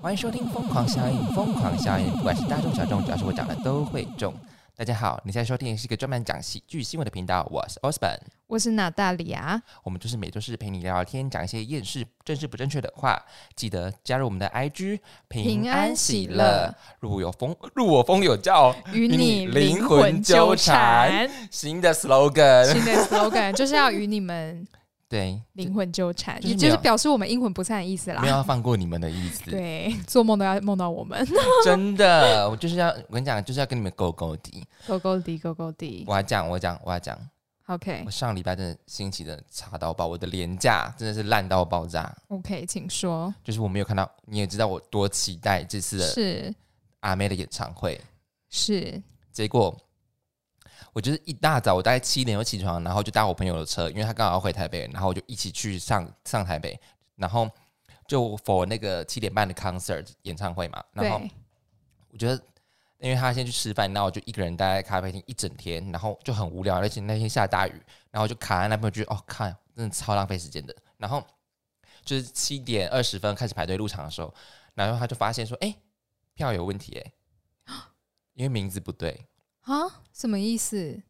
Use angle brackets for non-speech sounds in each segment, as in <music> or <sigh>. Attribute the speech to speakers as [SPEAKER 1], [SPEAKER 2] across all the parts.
[SPEAKER 1] 欢迎收听《疯狂效应》，疯狂效应，不管是大众小众，只要是我讲的都会中。大家好，你现在收听的是一个专门讲喜剧新闻的频道，我是 Osborn。
[SPEAKER 2] 我是娜大里啊，
[SPEAKER 1] 我们就是每周四陪你聊聊天，讲一些厌世、正式不正确的话。记得加入我们的 IG，
[SPEAKER 2] 平安喜乐
[SPEAKER 1] 入我有风，入我风有教。
[SPEAKER 2] 与
[SPEAKER 1] 与你
[SPEAKER 2] 你
[SPEAKER 1] 灵
[SPEAKER 2] 灵
[SPEAKER 1] 魂
[SPEAKER 2] 魂
[SPEAKER 1] 纠
[SPEAKER 2] 纠缠。
[SPEAKER 1] 新的 slogan，
[SPEAKER 2] 新的 slogan 就是要与你们
[SPEAKER 1] 对，
[SPEAKER 2] 灵魂纠缠，
[SPEAKER 1] 就是
[SPEAKER 2] 也
[SPEAKER 1] 没
[SPEAKER 2] 就是
[SPEAKER 1] 有
[SPEAKER 2] 表示我们阴魂不散的意思
[SPEAKER 1] 没有
[SPEAKER 2] 啦。
[SPEAKER 1] 要放过你们的意思。
[SPEAKER 2] 对，做梦都要梦到我们，
[SPEAKER 1] 真的，我就是要我跟你讲，就是要跟你们勾勾底。
[SPEAKER 2] 勾勾滴，勾勾滴。
[SPEAKER 1] 我要讲，我要讲，我要讲，
[SPEAKER 2] OK
[SPEAKER 1] 我上礼拜真的心情真的差到爆，我的廉价真的是烂到爆炸。
[SPEAKER 2] OK，请说。
[SPEAKER 1] 就是我没有看到，你也知道我多期待这次的
[SPEAKER 2] 是
[SPEAKER 1] 阿妹的演唱会，
[SPEAKER 2] 是，
[SPEAKER 1] 结果我就是一大早，我大概七点就起床，然后就搭我朋友的车，因为他刚好要回台北，然后我就一起去上上台北，然后就 for 那个七点半的 concert 演唱会嘛，然后
[SPEAKER 2] 对，
[SPEAKER 1] 我觉得，因为他先去吃饭，然后我就一个人待在咖啡厅一整天，然后就很无聊，而且那天下大雨，然后我就卡在那边，我觉得哦，看真的超浪费时间的。然后就是七点二十分开始排队入场的时候，然后他就发现说，哎、票有问题哎、因为名字不对。
[SPEAKER 2] 啊，什么意思？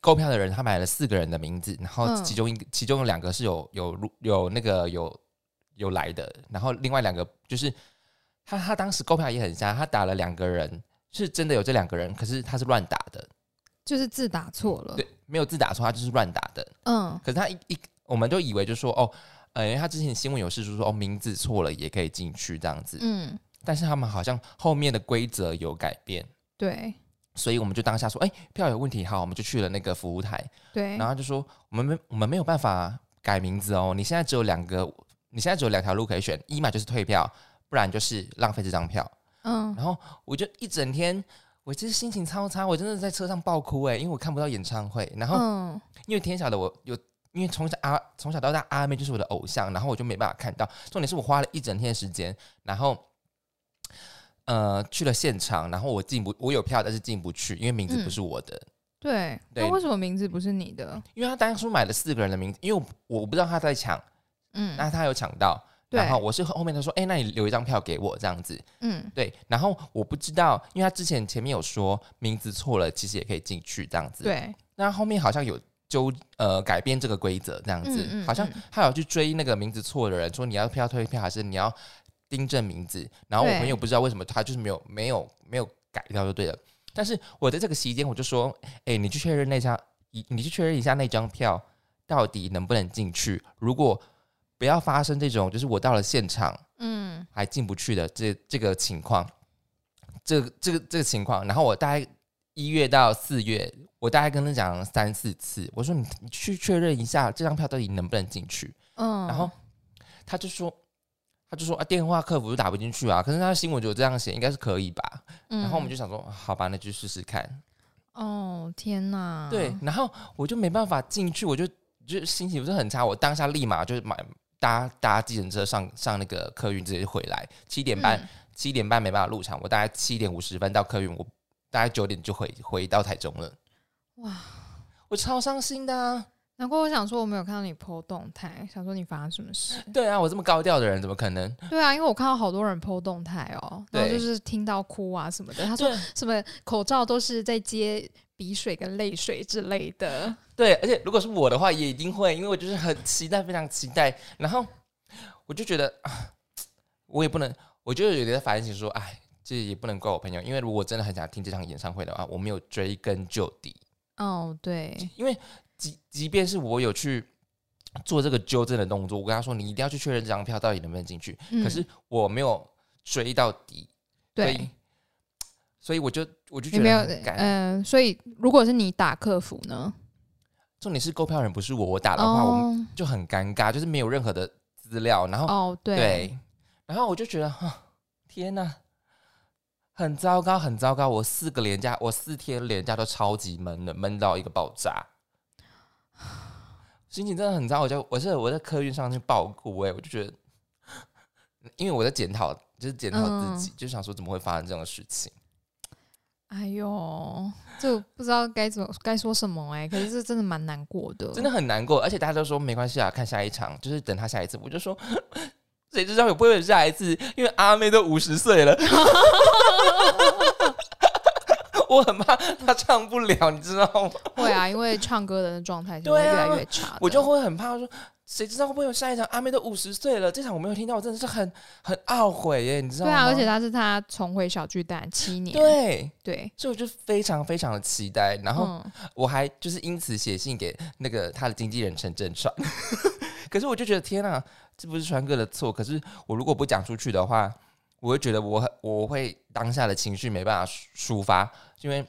[SPEAKER 1] 购票的人他买了四个人的名字，然后
[SPEAKER 2] 嗯
[SPEAKER 1] 其中一个、其中有两个是有有入有那个有有来的，然后另外两个就是他他当时购票也很瞎，他打了两个人是真的有这两个人，可是他是乱打的，
[SPEAKER 2] 就是字打错了。
[SPEAKER 1] 对，没有字打错，他就是乱打的。
[SPEAKER 2] 嗯，
[SPEAKER 1] 可是他一一我们就以为就说哦，呃，因为他之前新闻有事出说哦名字错了也可以进去这样子，
[SPEAKER 2] 嗯，
[SPEAKER 1] 但是他们好像后面的规则有改变，
[SPEAKER 2] 对
[SPEAKER 1] 所以我们就当下说哎、票有问题，好，我们就去了那个服务台。
[SPEAKER 2] 对
[SPEAKER 1] 然，后他就说我们没我们没有办法改名字哦，你现在只有两个，你现在只有两条路可以选，一嘛就是退票，不然就是浪费这张票。
[SPEAKER 2] 嗯，
[SPEAKER 1] 然后我就一整天，我就是心情超差，我真的在车上爆哭哎、因为我看不到演唱会。然后、
[SPEAKER 2] 嗯，
[SPEAKER 1] 因为天晓得我有。因为从小阿从小到大阿妹就是我的偶像，然后我就没办法看到。重点是我花了一整天的时间，然后呃去了现场，然后我进不我有票，但是进不去，因为名字不
[SPEAKER 2] 嗯
[SPEAKER 1] 是我的。
[SPEAKER 2] 对。
[SPEAKER 1] 对
[SPEAKER 2] 那为什么名字不是你的？
[SPEAKER 1] 因为他当初买了四个人的名字，因为我我不知道他在抢，
[SPEAKER 2] 嗯，
[SPEAKER 1] 那他有抢到，
[SPEAKER 2] 对
[SPEAKER 1] 然后我是后面他说，哎、那你留一张票给我这样子，
[SPEAKER 2] 嗯，
[SPEAKER 1] 对，然后我不知道，因为他之前前面有说名字错了，其实也可以进去这样子，，
[SPEAKER 2] 对，
[SPEAKER 1] 那后面好像有纠呃改变这个规则这样子，
[SPEAKER 2] 嗯嗯
[SPEAKER 1] 好像
[SPEAKER 2] 嗯
[SPEAKER 1] 他有去追那个名字错的人，说你要票退票还是你要订正名字，然后我
[SPEAKER 2] 对
[SPEAKER 1] 朋友不知道为什么他就是没有没有没有改掉就对了，但是我在这个期间我就说，哎、你去确认那张，你你去确认一下那张票到底能不能进去，如果不要发生这种就是我到了现场
[SPEAKER 2] 嗯，
[SPEAKER 1] 还进不去的这这个情况，这个这个这个情况。然后我大概一月到四月，我大概跟他讲了三四次，我说你你去确认一下这张票到底能不能进去。
[SPEAKER 2] 嗯，
[SPEAKER 1] 然后他就说。他就说啊，电话客服就打不进去啊，可是他新闻就有这样写，应该是可以吧？
[SPEAKER 2] 嗯，
[SPEAKER 1] 然后我们就想说，好吧，那就试试看。
[SPEAKER 2] 哦，天哪！
[SPEAKER 1] 对，然后我就没办法进去，我就就心情不是很差，我当下立马就买搭搭计程车上上那个客运直接回来，七点半
[SPEAKER 2] 嗯
[SPEAKER 1] 七点半没办法入场，我大概七点五十分到客运，我大概九点就回回到台中了。哇
[SPEAKER 2] 哇，
[SPEAKER 1] 我超伤心的、啊。
[SPEAKER 2] 难怪我想说我没有看到你 PO 动态，想说你发生什
[SPEAKER 1] <laughs>？
[SPEAKER 2] 么事
[SPEAKER 1] 对啊，我这么高调的人，怎么可能？
[SPEAKER 2] 对啊，因为我看到好多人 PO 动态哦，然后
[SPEAKER 1] 对
[SPEAKER 2] 就是听到哭啊什么的。他
[SPEAKER 1] <laughs>
[SPEAKER 2] 说
[SPEAKER 1] 对
[SPEAKER 2] 什么口罩都是在接鼻水跟泪水之类的。
[SPEAKER 1] 对，而且如果是我的话，也一定会，因为我就是很期待，非常期待。然后我就觉得啊，我也不能，我就有点在反省说，哎，这也不能怪我朋友，因为如果我真的很想听这场演唱会的话，我没有追根究底。
[SPEAKER 2] 哦，对，
[SPEAKER 1] 因为即即便是我有去做这个纠正的动作，我跟他说你一定要去确认这张票到底能不能进去，
[SPEAKER 2] 嗯
[SPEAKER 1] 可是我没有追到底，所
[SPEAKER 2] 对
[SPEAKER 1] 以，所以我就我就觉
[SPEAKER 2] 你没有
[SPEAKER 1] 得很感恩。
[SPEAKER 2] 嗯、所以如果是你打客服呢？
[SPEAKER 1] 重点是购票人不是我，我打的话、我
[SPEAKER 2] 哦
[SPEAKER 1] 就很尴尬，就是没有任何的资料，然后、
[SPEAKER 2] 哦，对，
[SPEAKER 1] 对，然后我就觉得哈，天哪！很糟糕，很糟糕！我四个连假，我四天连假都超级闷的，闷到一个爆炸，心情真的很糟。我就我是我在客运上去爆哭、哎，我就觉得，因为我在检讨，就是检讨自己，就想说怎么会发生这种事情。
[SPEAKER 2] 哎呦，这我不知道该怎么该说什么哎、可是这真的蛮难过的，
[SPEAKER 1] 真的很难过，而且大家都说没关系啊，看下一场，就是等他下一次。我就说 <laughs> 谁知道有不会有下一次？因为阿妹都五十岁了， <laughs> 我很怕她唱不了，你知道吗？<laughs>
[SPEAKER 2] 会啊，因为唱歌的状态就会
[SPEAKER 1] 对
[SPEAKER 2] 越
[SPEAKER 1] 啊
[SPEAKER 2] 来越差的。
[SPEAKER 1] 我就会很怕说，谁知道会不会有下一场？阿妹都五十岁了，这场我没有听到，我真的是很很懊悔耶，你知道
[SPEAKER 2] 对
[SPEAKER 1] 吗？
[SPEAKER 2] 啊，而且他是他重回小巨蛋七年，
[SPEAKER 1] 对，
[SPEAKER 2] 对，
[SPEAKER 1] 所以我就非常非常的期待，然后
[SPEAKER 2] 嗯，
[SPEAKER 1] 我还就是因此写信给那个他的经纪人陈振川， <laughs> 可是我就觉得天啊，这不是川哥的错，可是我如果不讲出去的话，我会觉得我很我会当下的情绪没办法抒抒发，因为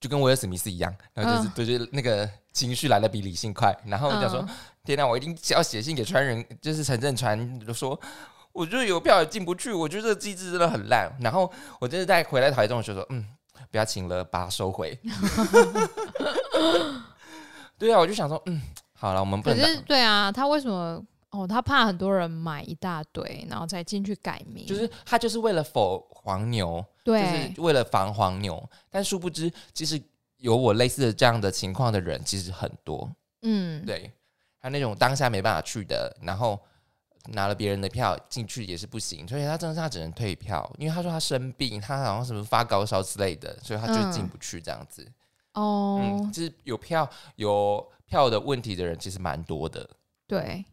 [SPEAKER 1] 就跟威尔史密斯一样，然后就是、
[SPEAKER 2] 嗯
[SPEAKER 1] 对就是那个情绪来的比理性快，然后我想说、
[SPEAKER 2] 嗯
[SPEAKER 1] 天哪，我一定要写信给川人，就是陈振川，就说。我就邮票也进不去，我觉得这个机制真的很烂。然后我就是在回来台中，我就说，嗯，不要请了，把它收回。 <laughs> 对啊，我就想说，嗯，好了，我们不
[SPEAKER 2] 可
[SPEAKER 1] 能
[SPEAKER 2] 是
[SPEAKER 1] 打，
[SPEAKER 2] 对啊，他为什么？哦，他怕很多人买一大堆，然后再进去改名，
[SPEAKER 1] 就是他就是为了否黄牛，就
[SPEAKER 2] 对，
[SPEAKER 1] 是为了防黄牛。但殊不知，其实有我类似的这样的情况的人其实很多。
[SPEAKER 2] 嗯，
[SPEAKER 1] 对，还有那种当下没办法去的，然后拿了别人的票进去也是不行，所以他真的是他只能退票，因为他说他生病，他好像什么发高烧之类的，所以他就
[SPEAKER 2] 嗯
[SPEAKER 1] 进不去这样子。
[SPEAKER 2] 哦，
[SPEAKER 1] 嗯，其实有票有票的问题的人其实蛮多的，
[SPEAKER 2] 对，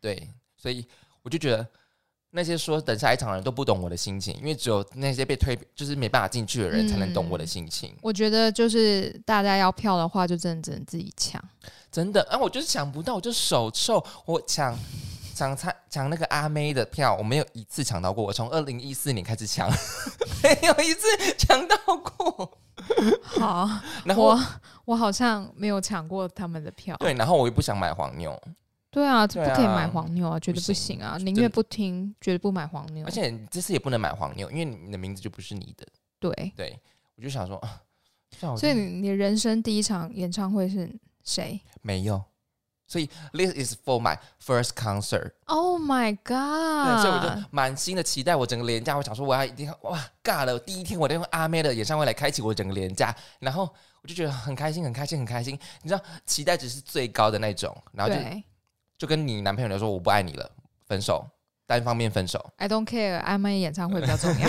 [SPEAKER 1] 对，所以我就觉得。那些说等下一场的人都不懂我的心情，因为只有那些被推就是没办法进去的人才能懂我的
[SPEAKER 2] 嗯
[SPEAKER 1] 心情，
[SPEAKER 2] 我觉得就是大家要票的话，就真的只能自己
[SPEAKER 1] <laughs>
[SPEAKER 2] 抢。
[SPEAKER 1] 真的。啊，我就是抢不到，我就手臭，我抢抢菜抢那个阿妹的票，我没有一次抢到过。我从二零一四年开始抢， <laughs> 没有一次抢到过。
[SPEAKER 2] 好，
[SPEAKER 1] 然后
[SPEAKER 2] 我我好像没有抢过他们的票。
[SPEAKER 1] 对，然后我也不想买黄牛，
[SPEAKER 2] 对啊，这
[SPEAKER 1] 对
[SPEAKER 2] 不
[SPEAKER 1] 啊
[SPEAKER 2] 可以买黄牛啊，绝对
[SPEAKER 1] 不
[SPEAKER 2] 不
[SPEAKER 1] 行
[SPEAKER 2] 行啊！
[SPEAKER 1] 就
[SPEAKER 2] 宁
[SPEAKER 1] 真
[SPEAKER 2] 愿
[SPEAKER 1] 的
[SPEAKER 2] 不听，绝对不买黄牛。
[SPEAKER 1] 而且你这次也不能买黄牛，因为你的名字就不是你的。
[SPEAKER 2] 对，
[SPEAKER 1] 对，我就想说啊，算我
[SPEAKER 2] 所以
[SPEAKER 1] 就
[SPEAKER 2] 你你人生第一场演唱会是谁
[SPEAKER 1] 没有。所以 this is for my first concert，、
[SPEAKER 2] ？Oh my
[SPEAKER 1] 对，所以我就
[SPEAKER 2] god！
[SPEAKER 1] 满心的期待，我整个廉价，我想说我要一定要哇尬了，第一天我就用阿妹的演唱会来开启我整个廉价，然后我就觉得很开心，很开心，很开心。你知道，期待值是最高的那种，然后就
[SPEAKER 2] 对
[SPEAKER 1] 就跟你男朋友说我不爱你了，分手，单方面分手。
[SPEAKER 2] ，I don't care，阿妹演唱会比较重要。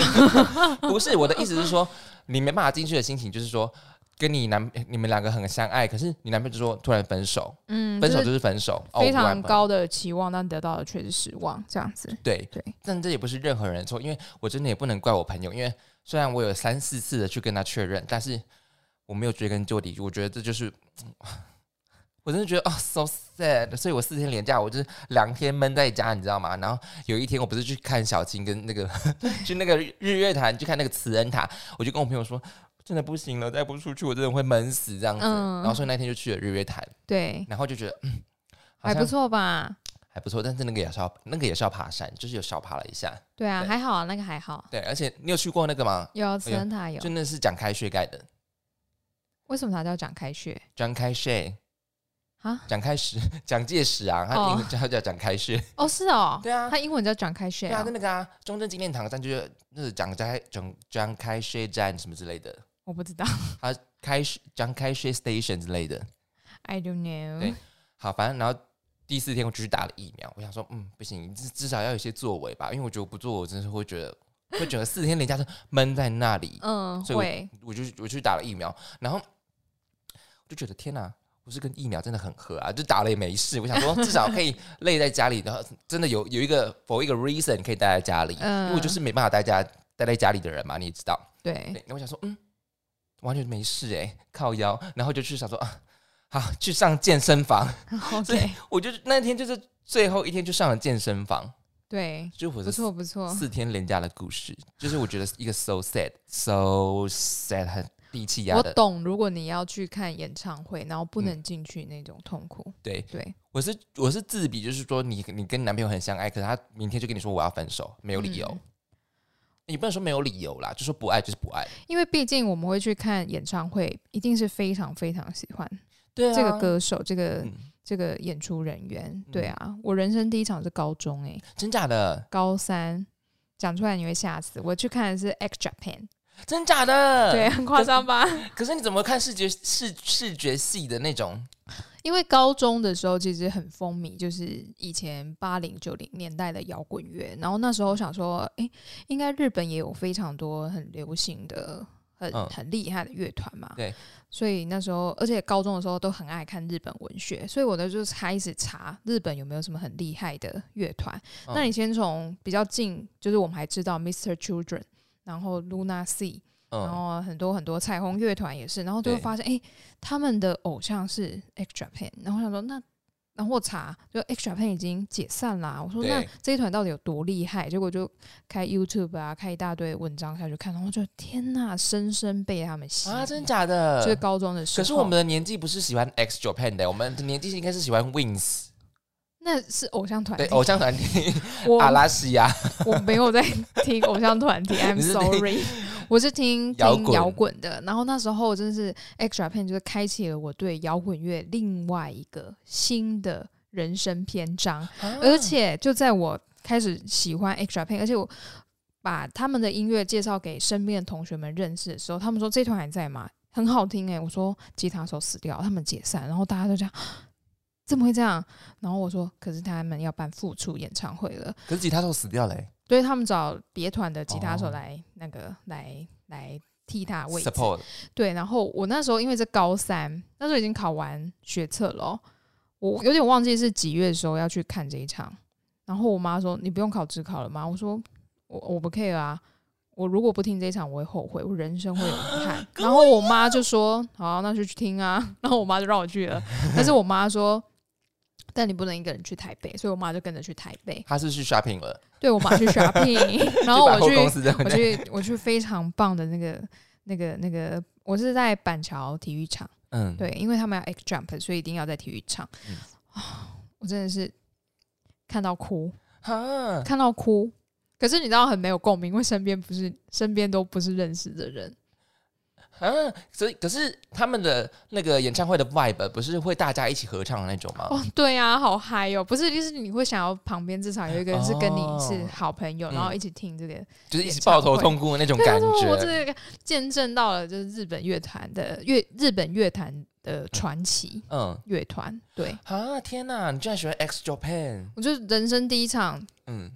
[SPEAKER 1] 不是我的意思是说，你没办法进去的心情就是说，跟你男你们两个很相爱，可是你男朋友就说突然分手，
[SPEAKER 2] <laughs>
[SPEAKER 1] <laughs>
[SPEAKER 2] 嗯，
[SPEAKER 1] 分
[SPEAKER 2] 就
[SPEAKER 1] 手就是是分手，哦
[SPEAKER 2] 非
[SPEAKER 1] 我不爱
[SPEAKER 2] 常
[SPEAKER 1] 你
[SPEAKER 2] 高的期望，但得到的却是失望，这样子。
[SPEAKER 1] 对
[SPEAKER 2] 对，
[SPEAKER 1] 但这也不是任何人的错，因为我真的也不能怪我朋友，因为虽然我有三四次的去跟他确认，但是我没有追根究底，我觉得这就是，我真的觉得哦，so sad。所以我四天连假，我就是两天闷在家，你知道吗？然后有一天我不是去看小青跟那个 <laughs> 去那个日日月潭去看那个慈恩塔，我就跟我朋友说。真的不行了，再不出去我真的会闷死这样子。
[SPEAKER 2] 嗯
[SPEAKER 1] 然后所以那天就去了日月潭，
[SPEAKER 2] 对，
[SPEAKER 1] 然后就觉得嗯，好
[SPEAKER 2] 还不
[SPEAKER 1] 像
[SPEAKER 2] 错吧？
[SPEAKER 1] 还不错，但是那个也是要那个也是要爬山，就是有少爬了一下。
[SPEAKER 2] 对啊，
[SPEAKER 1] 对哎
[SPEAKER 2] 还好啊，那个还好。
[SPEAKER 1] 对，而且你有去过那个吗？
[SPEAKER 2] 有慈恩塔有，
[SPEAKER 1] 真的是讲开穴盖的，
[SPEAKER 2] 为什么它叫蒋开穴
[SPEAKER 1] 讲开穴，
[SPEAKER 2] 啊？
[SPEAKER 1] 讲开石， <laughs> 蒋介石啊，他
[SPEAKER 2] 哦
[SPEAKER 1] 英文叫叫蒋开穴。
[SPEAKER 2] 哦，是哦，
[SPEAKER 1] <laughs> 对啊，
[SPEAKER 2] 它英文叫蒋开穴
[SPEAKER 1] 对啊，
[SPEAKER 2] 啊
[SPEAKER 1] 跟，那个啊，中正纪念堂站就是就是蒋开蒋蒋开穴站什么之类的，
[SPEAKER 2] 我不知道
[SPEAKER 1] 开穴蒋开穴 station 之类的。
[SPEAKER 2] ，I don't
[SPEAKER 1] 对
[SPEAKER 2] know。
[SPEAKER 1] 好，反正然后第四天我就去打了疫苗，我想说，嗯，不行，至至少要有一些作为吧，因为我觉得我不做，我真是会觉得会觉得四天连假就闷在那里。
[SPEAKER 2] 嗯，
[SPEAKER 1] 所以
[SPEAKER 2] 会，
[SPEAKER 1] 我就我去打了疫苗，然后我就觉得天哪，我是跟疫苗真的很合啊，就打了也没事。我想说至少可以累在家里，然后真的有有一个 for 一个 reason 可以待在家里，
[SPEAKER 2] 嗯
[SPEAKER 1] 因为我就是没办法待家待在家里的人嘛，你也知道。
[SPEAKER 2] 对
[SPEAKER 1] 对，，然后我想说，嗯，完全没事哎、靠腰，然后就去想说啊，好去上健身房。
[SPEAKER 2] <laughs> OK，
[SPEAKER 1] 我就那天就是最后一天就上了健身房，
[SPEAKER 2] 对，
[SPEAKER 1] 就我
[SPEAKER 2] 不
[SPEAKER 1] 的
[SPEAKER 2] 错不错，
[SPEAKER 1] 四天连假的故事，就是我觉得一个 so sad so sad 很低气压
[SPEAKER 2] 我
[SPEAKER 1] 的。
[SPEAKER 2] 懂。如果你要去看演唱会，然后不能进去那种痛苦，
[SPEAKER 1] 对，
[SPEAKER 2] 对，
[SPEAKER 1] 我是我是自比，就是说你你跟男朋友很相爱，可是他明天就跟你说我要分手，没有理由。
[SPEAKER 2] 嗯
[SPEAKER 1] 你不能说没有理由啦，就说不爱就是不爱。
[SPEAKER 2] 因为毕竟我们会去看演唱会，一定是非常非常喜欢
[SPEAKER 1] 对啊
[SPEAKER 2] 这个，歌手，这个
[SPEAKER 1] 嗯，
[SPEAKER 2] 这个演出人员。对
[SPEAKER 1] 嗯
[SPEAKER 2] 啊，我人生第一场是高中诶，
[SPEAKER 1] 真假的，
[SPEAKER 2] 高三。讲出来你会吓死！我去看的是 X Japan，、
[SPEAKER 1] 真假的。
[SPEAKER 2] 啊对，，很夸张吧？
[SPEAKER 1] 可是你怎么看视觉视视觉系的那种？
[SPEAKER 2] 因为高中的时候其实很风靡，就是以前八零九零年代的摇滚乐。然后那时候想说，诶，应该日本也有非常多很流行的、很、
[SPEAKER 1] 嗯
[SPEAKER 2] 很厉害的乐团嘛。
[SPEAKER 1] 对。
[SPEAKER 2] 所以那时候，而且高中的时候都很爱看日本文学，所以我呢就是开始查日本有没有什么很厉害的乐团。
[SPEAKER 1] 嗯
[SPEAKER 2] 那你先从比较近，就是我们还知道 Mr. Children，然后 Luna Sea。然
[SPEAKER 1] 嗯，
[SPEAKER 2] 后很多很多彩虹乐团也是，然后就会
[SPEAKER 1] 对
[SPEAKER 2] 发现，哎、他们的偶像是 X Japan，然后我想说那。然后我查，就 X Japan 已经解散啦、我说那
[SPEAKER 1] 对
[SPEAKER 2] 这一团到底有多厉害？结果就开 YouTube 啊，开一大堆文章下去看，然后就天呐，深深被他们吸引。
[SPEAKER 1] 啊，真假
[SPEAKER 2] 就是
[SPEAKER 1] 的？
[SPEAKER 2] 高中的时候。
[SPEAKER 1] 可是我们的年纪不是喜欢 X Japan 的，我们的年纪应该是喜欢 Wings，
[SPEAKER 2] 那是偶像团体
[SPEAKER 1] 对，，偶像团体
[SPEAKER 2] 啊我
[SPEAKER 1] 阿拉西亚。
[SPEAKER 2] 我 <laughs> 没有在听偶像团
[SPEAKER 1] <laughs>
[SPEAKER 2] 体，I'm
[SPEAKER 1] 你是听
[SPEAKER 2] sorry，我
[SPEAKER 1] <laughs>
[SPEAKER 2] 是听
[SPEAKER 1] 摇
[SPEAKER 2] 听
[SPEAKER 1] 滚
[SPEAKER 2] 摇滚的。然后那时候真的是哎 X Japan 就是开启了我对摇滚乐另外一个新的人生篇章，
[SPEAKER 1] 嗯
[SPEAKER 2] 而
[SPEAKER 1] 啊
[SPEAKER 2] 且就在我开始喜欢 X Japan，而且我。把他们的音乐介绍给身边的同学们认识的时候，他们说这团还在吗？很好听欸诶、我说吉他手死掉，他们解散，然后大家都这样， <gasps> 怎么会这样？然后我说，可是他们要办复出演唱会了，
[SPEAKER 1] 可是吉他手死掉了欸
[SPEAKER 2] 所以他们找别团的吉他手
[SPEAKER 1] 哦
[SPEAKER 2] 来、那个来来替他位置。
[SPEAKER 1] ，support
[SPEAKER 2] 对，然后我那时候因为是高三，那时候已经考完学测了哦、我有点忘记是几月的时候要去看这一场。然后我妈说：“你不用考职考了吗？”我说：“我我不 care 啊，我如果不听这一场，我会后悔，我人生会有遗
[SPEAKER 1] <laughs>
[SPEAKER 2] 憾。”然后我妈就说：“好啊、那就去听啊。” <laughs> 然后我妈就让我去了，但是我妈说：“但你不能一个人去台北。”所以我妈就跟着去台北。
[SPEAKER 1] 他是去 shopping 了，
[SPEAKER 2] 对我
[SPEAKER 1] <laughs>
[SPEAKER 2] 妈去 shopping，然后
[SPEAKER 1] 百
[SPEAKER 2] 我
[SPEAKER 1] 货
[SPEAKER 2] 去
[SPEAKER 1] 公司对不
[SPEAKER 2] 我
[SPEAKER 1] 对？
[SPEAKER 2] 去我去非常棒的那个那个那个，我是在板桥体育场，
[SPEAKER 1] 嗯，
[SPEAKER 2] 对，因为他们要 X jump，所以一定要在体育场。
[SPEAKER 1] 嗯
[SPEAKER 2] 啊我真的是看到哭，
[SPEAKER 1] 哈，
[SPEAKER 2] 看到哭。可是你知道很没有共鸣，因为身边不是身边都不是认识的人，
[SPEAKER 1] 啊，所以可是他们的那个演唱会的 vibe 不是会大家一起合唱的那种吗？
[SPEAKER 2] 哦，对啊，好嗨哦！不是，就是你会想要旁边至少有一个人是跟你是好朋友，
[SPEAKER 1] 哦
[SPEAKER 2] 然后一起听这个。
[SPEAKER 1] 就是一起抱头痛哭的那种感
[SPEAKER 2] 对啊
[SPEAKER 1] 觉。
[SPEAKER 2] 我这个见证到了，就是日本乐坛的乐日本乐坛的传奇
[SPEAKER 1] 嗯，
[SPEAKER 2] 乐团。对
[SPEAKER 1] 啊，天哪，你居然喜欢 X Japan？
[SPEAKER 2] 我就是人生第一场
[SPEAKER 1] 嗯，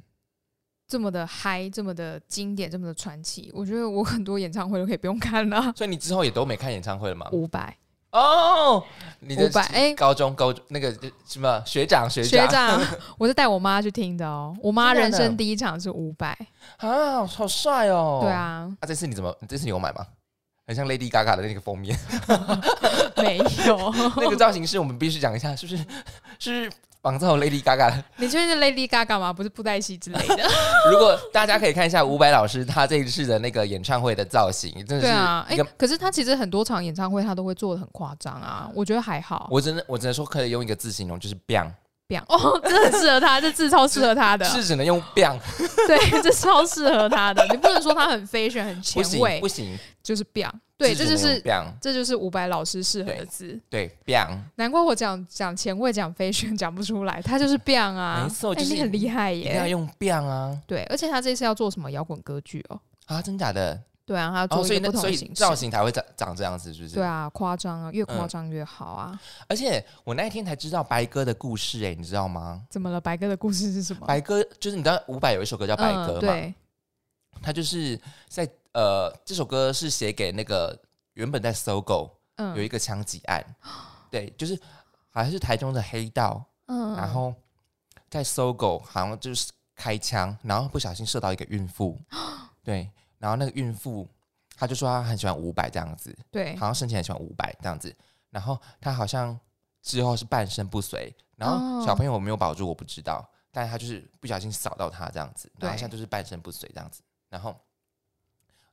[SPEAKER 2] 这么的嗨，这么的经典，这么的传奇，我觉得我很多演唱会都可以不用看
[SPEAKER 1] <laughs>
[SPEAKER 2] 了。
[SPEAKER 1] 所以你之后也都没看演唱会了吗？
[SPEAKER 2] 五百
[SPEAKER 1] 哦，你的
[SPEAKER 2] 五百，哎，
[SPEAKER 1] 高中高中那个什么学长学
[SPEAKER 2] 学
[SPEAKER 1] 长
[SPEAKER 2] 长，
[SPEAKER 1] <laughs>
[SPEAKER 2] 我是带我妈去听的哦。我妈
[SPEAKER 1] 真的
[SPEAKER 2] 人
[SPEAKER 1] 假的
[SPEAKER 2] 生第一场是五百，
[SPEAKER 1] 啊，好帅哦。
[SPEAKER 2] 对，啊，
[SPEAKER 1] 啊，这次你怎么？这次你有买吗？很像 Lady Gaga 的那个封
[SPEAKER 2] <laughs>
[SPEAKER 1] 面，
[SPEAKER 2] 没
[SPEAKER 1] 那个
[SPEAKER 2] 有。 <laughs>
[SPEAKER 1] 造型师我们必须讲一下，是不是？是仿造 Lady Gaga 的
[SPEAKER 2] 你确定是 Lady Gaga 吗？不是布袋戏
[SPEAKER 1] <laughs>
[SPEAKER 2] 之类的？
[SPEAKER 1] 如果大家可以看一下伍佰老师他这一次的那个演唱会的造型，真的是
[SPEAKER 2] 对啊，哎
[SPEAKER 1] 一个，
[SPEAKER 2] 可是她其实很多场演唱会她都会做的很夸张啊，我觉得还好。
[SPEAKER 1] 我只能我只能说可以用一个字形容，就是 bang，
[SPEAKER 2] b 哦，这很适合他，这字超适合他的，
[SPEAKER 1] 是只能用 bang，
[SPEAKER 2] 对，这超适合他的。你不能说他很 fashion 很
[SPEAKER 1] 不
[SPEAKER 2] 前
[SPEAKER 1] 行
[SPEAKER 2] 卫
[SPEAKER 1] 不，行，
[SPEAKER 2] 就是 b 对，这
[SPEAKER 1] 字
[SPEAKER 2] 就
[SPEAKER 1] 只能用
[SPEAKER 2] 是
[SPEAKER 1] bang，
[SPEAKER 2] 这就是伍佰老师适合的字。
[SPEAKER 1] 对 bang，
[SPEAKER 2] 难怪我讲讲前卫讲 fashion 讲不出来，他就是 b 啊，
[SPEAKER 1] 没错
[SPEAKER 2] 哎
[SPEAKER 1] 就是
[SPEAKER 2] 你很厉害
[SPEAKER 1] 一定要
[SPEAKER 2] 耶。
[SPEAKER 1] 用 bang 啊
[SPEAKER 2] 对，而且他这次要做什么摇滚歌剧哦？
[SPEAKER 1] 啊，真假的？
[SPEAKER 2] 对啊，他要
[SPEAKER 1] 哦，所
[SPEAKER 2] 做
[SPEAKER 1] 以
[SPEAKER 2] 一个
[SPEAKER 1] 那
[SPEAKER 2] 不同
[SPEAKER 1] 所
[SPEAKER 2] 的
[SPEAKER 1] 以
[SPEAKER 2] 形式。
[SPEAKER 1] 造型才会长长这样子，是不是？
[SPEAKER 2] 对。啊，夸张啊，越夸
[SPEAKER 1] 嗯
[SPEAKER 2] 张越好啊！
[SPEAKER 1] 而且我那一天才知道白鸽的故事、哎，你知道吗？
[SPEAKER 2] 怎么了？白哥的故事是什么？
[SPEAKER 1] 白鸽就是你知道伍佰有一首歌叫《白鸽
[SPEAKER 2] 嗯、》
[SPEAKER 1] 嘛，
[SPEAKER 2] 对，
[SPEAKER 1] 他就是在呃这首歌是写给那个原本在搜狗。有一
[SPEAKER 2] 嗯
[SPEAKER 1] 个枪击案，对，就是好像是台中的黑道，
[SPEAKER 2] 嗯
[SPEAKER 1] 然后在搜狗好像就是开枪，然后不小心射到一个孕
[SPEAKER 2] <gasps>
[SPEAKER 1] 妇，对，然后那个孕妇她就说她很喜欢伍佰这样子，
[SPEAKER 2] 对，
[SPEAKER 1] 好像生前很喜欢伍佰这样子，然后她好像之后是半身不遂，然后小
[SPEAKER 2] 哦
[SPEAKER 1] 朋友有没有保住我不知道，但是她就是不小心扫到她这样子，然后
[SPEAKER 2] 对
[SPEAKER 1] 现在就是半身不遂这样子，然后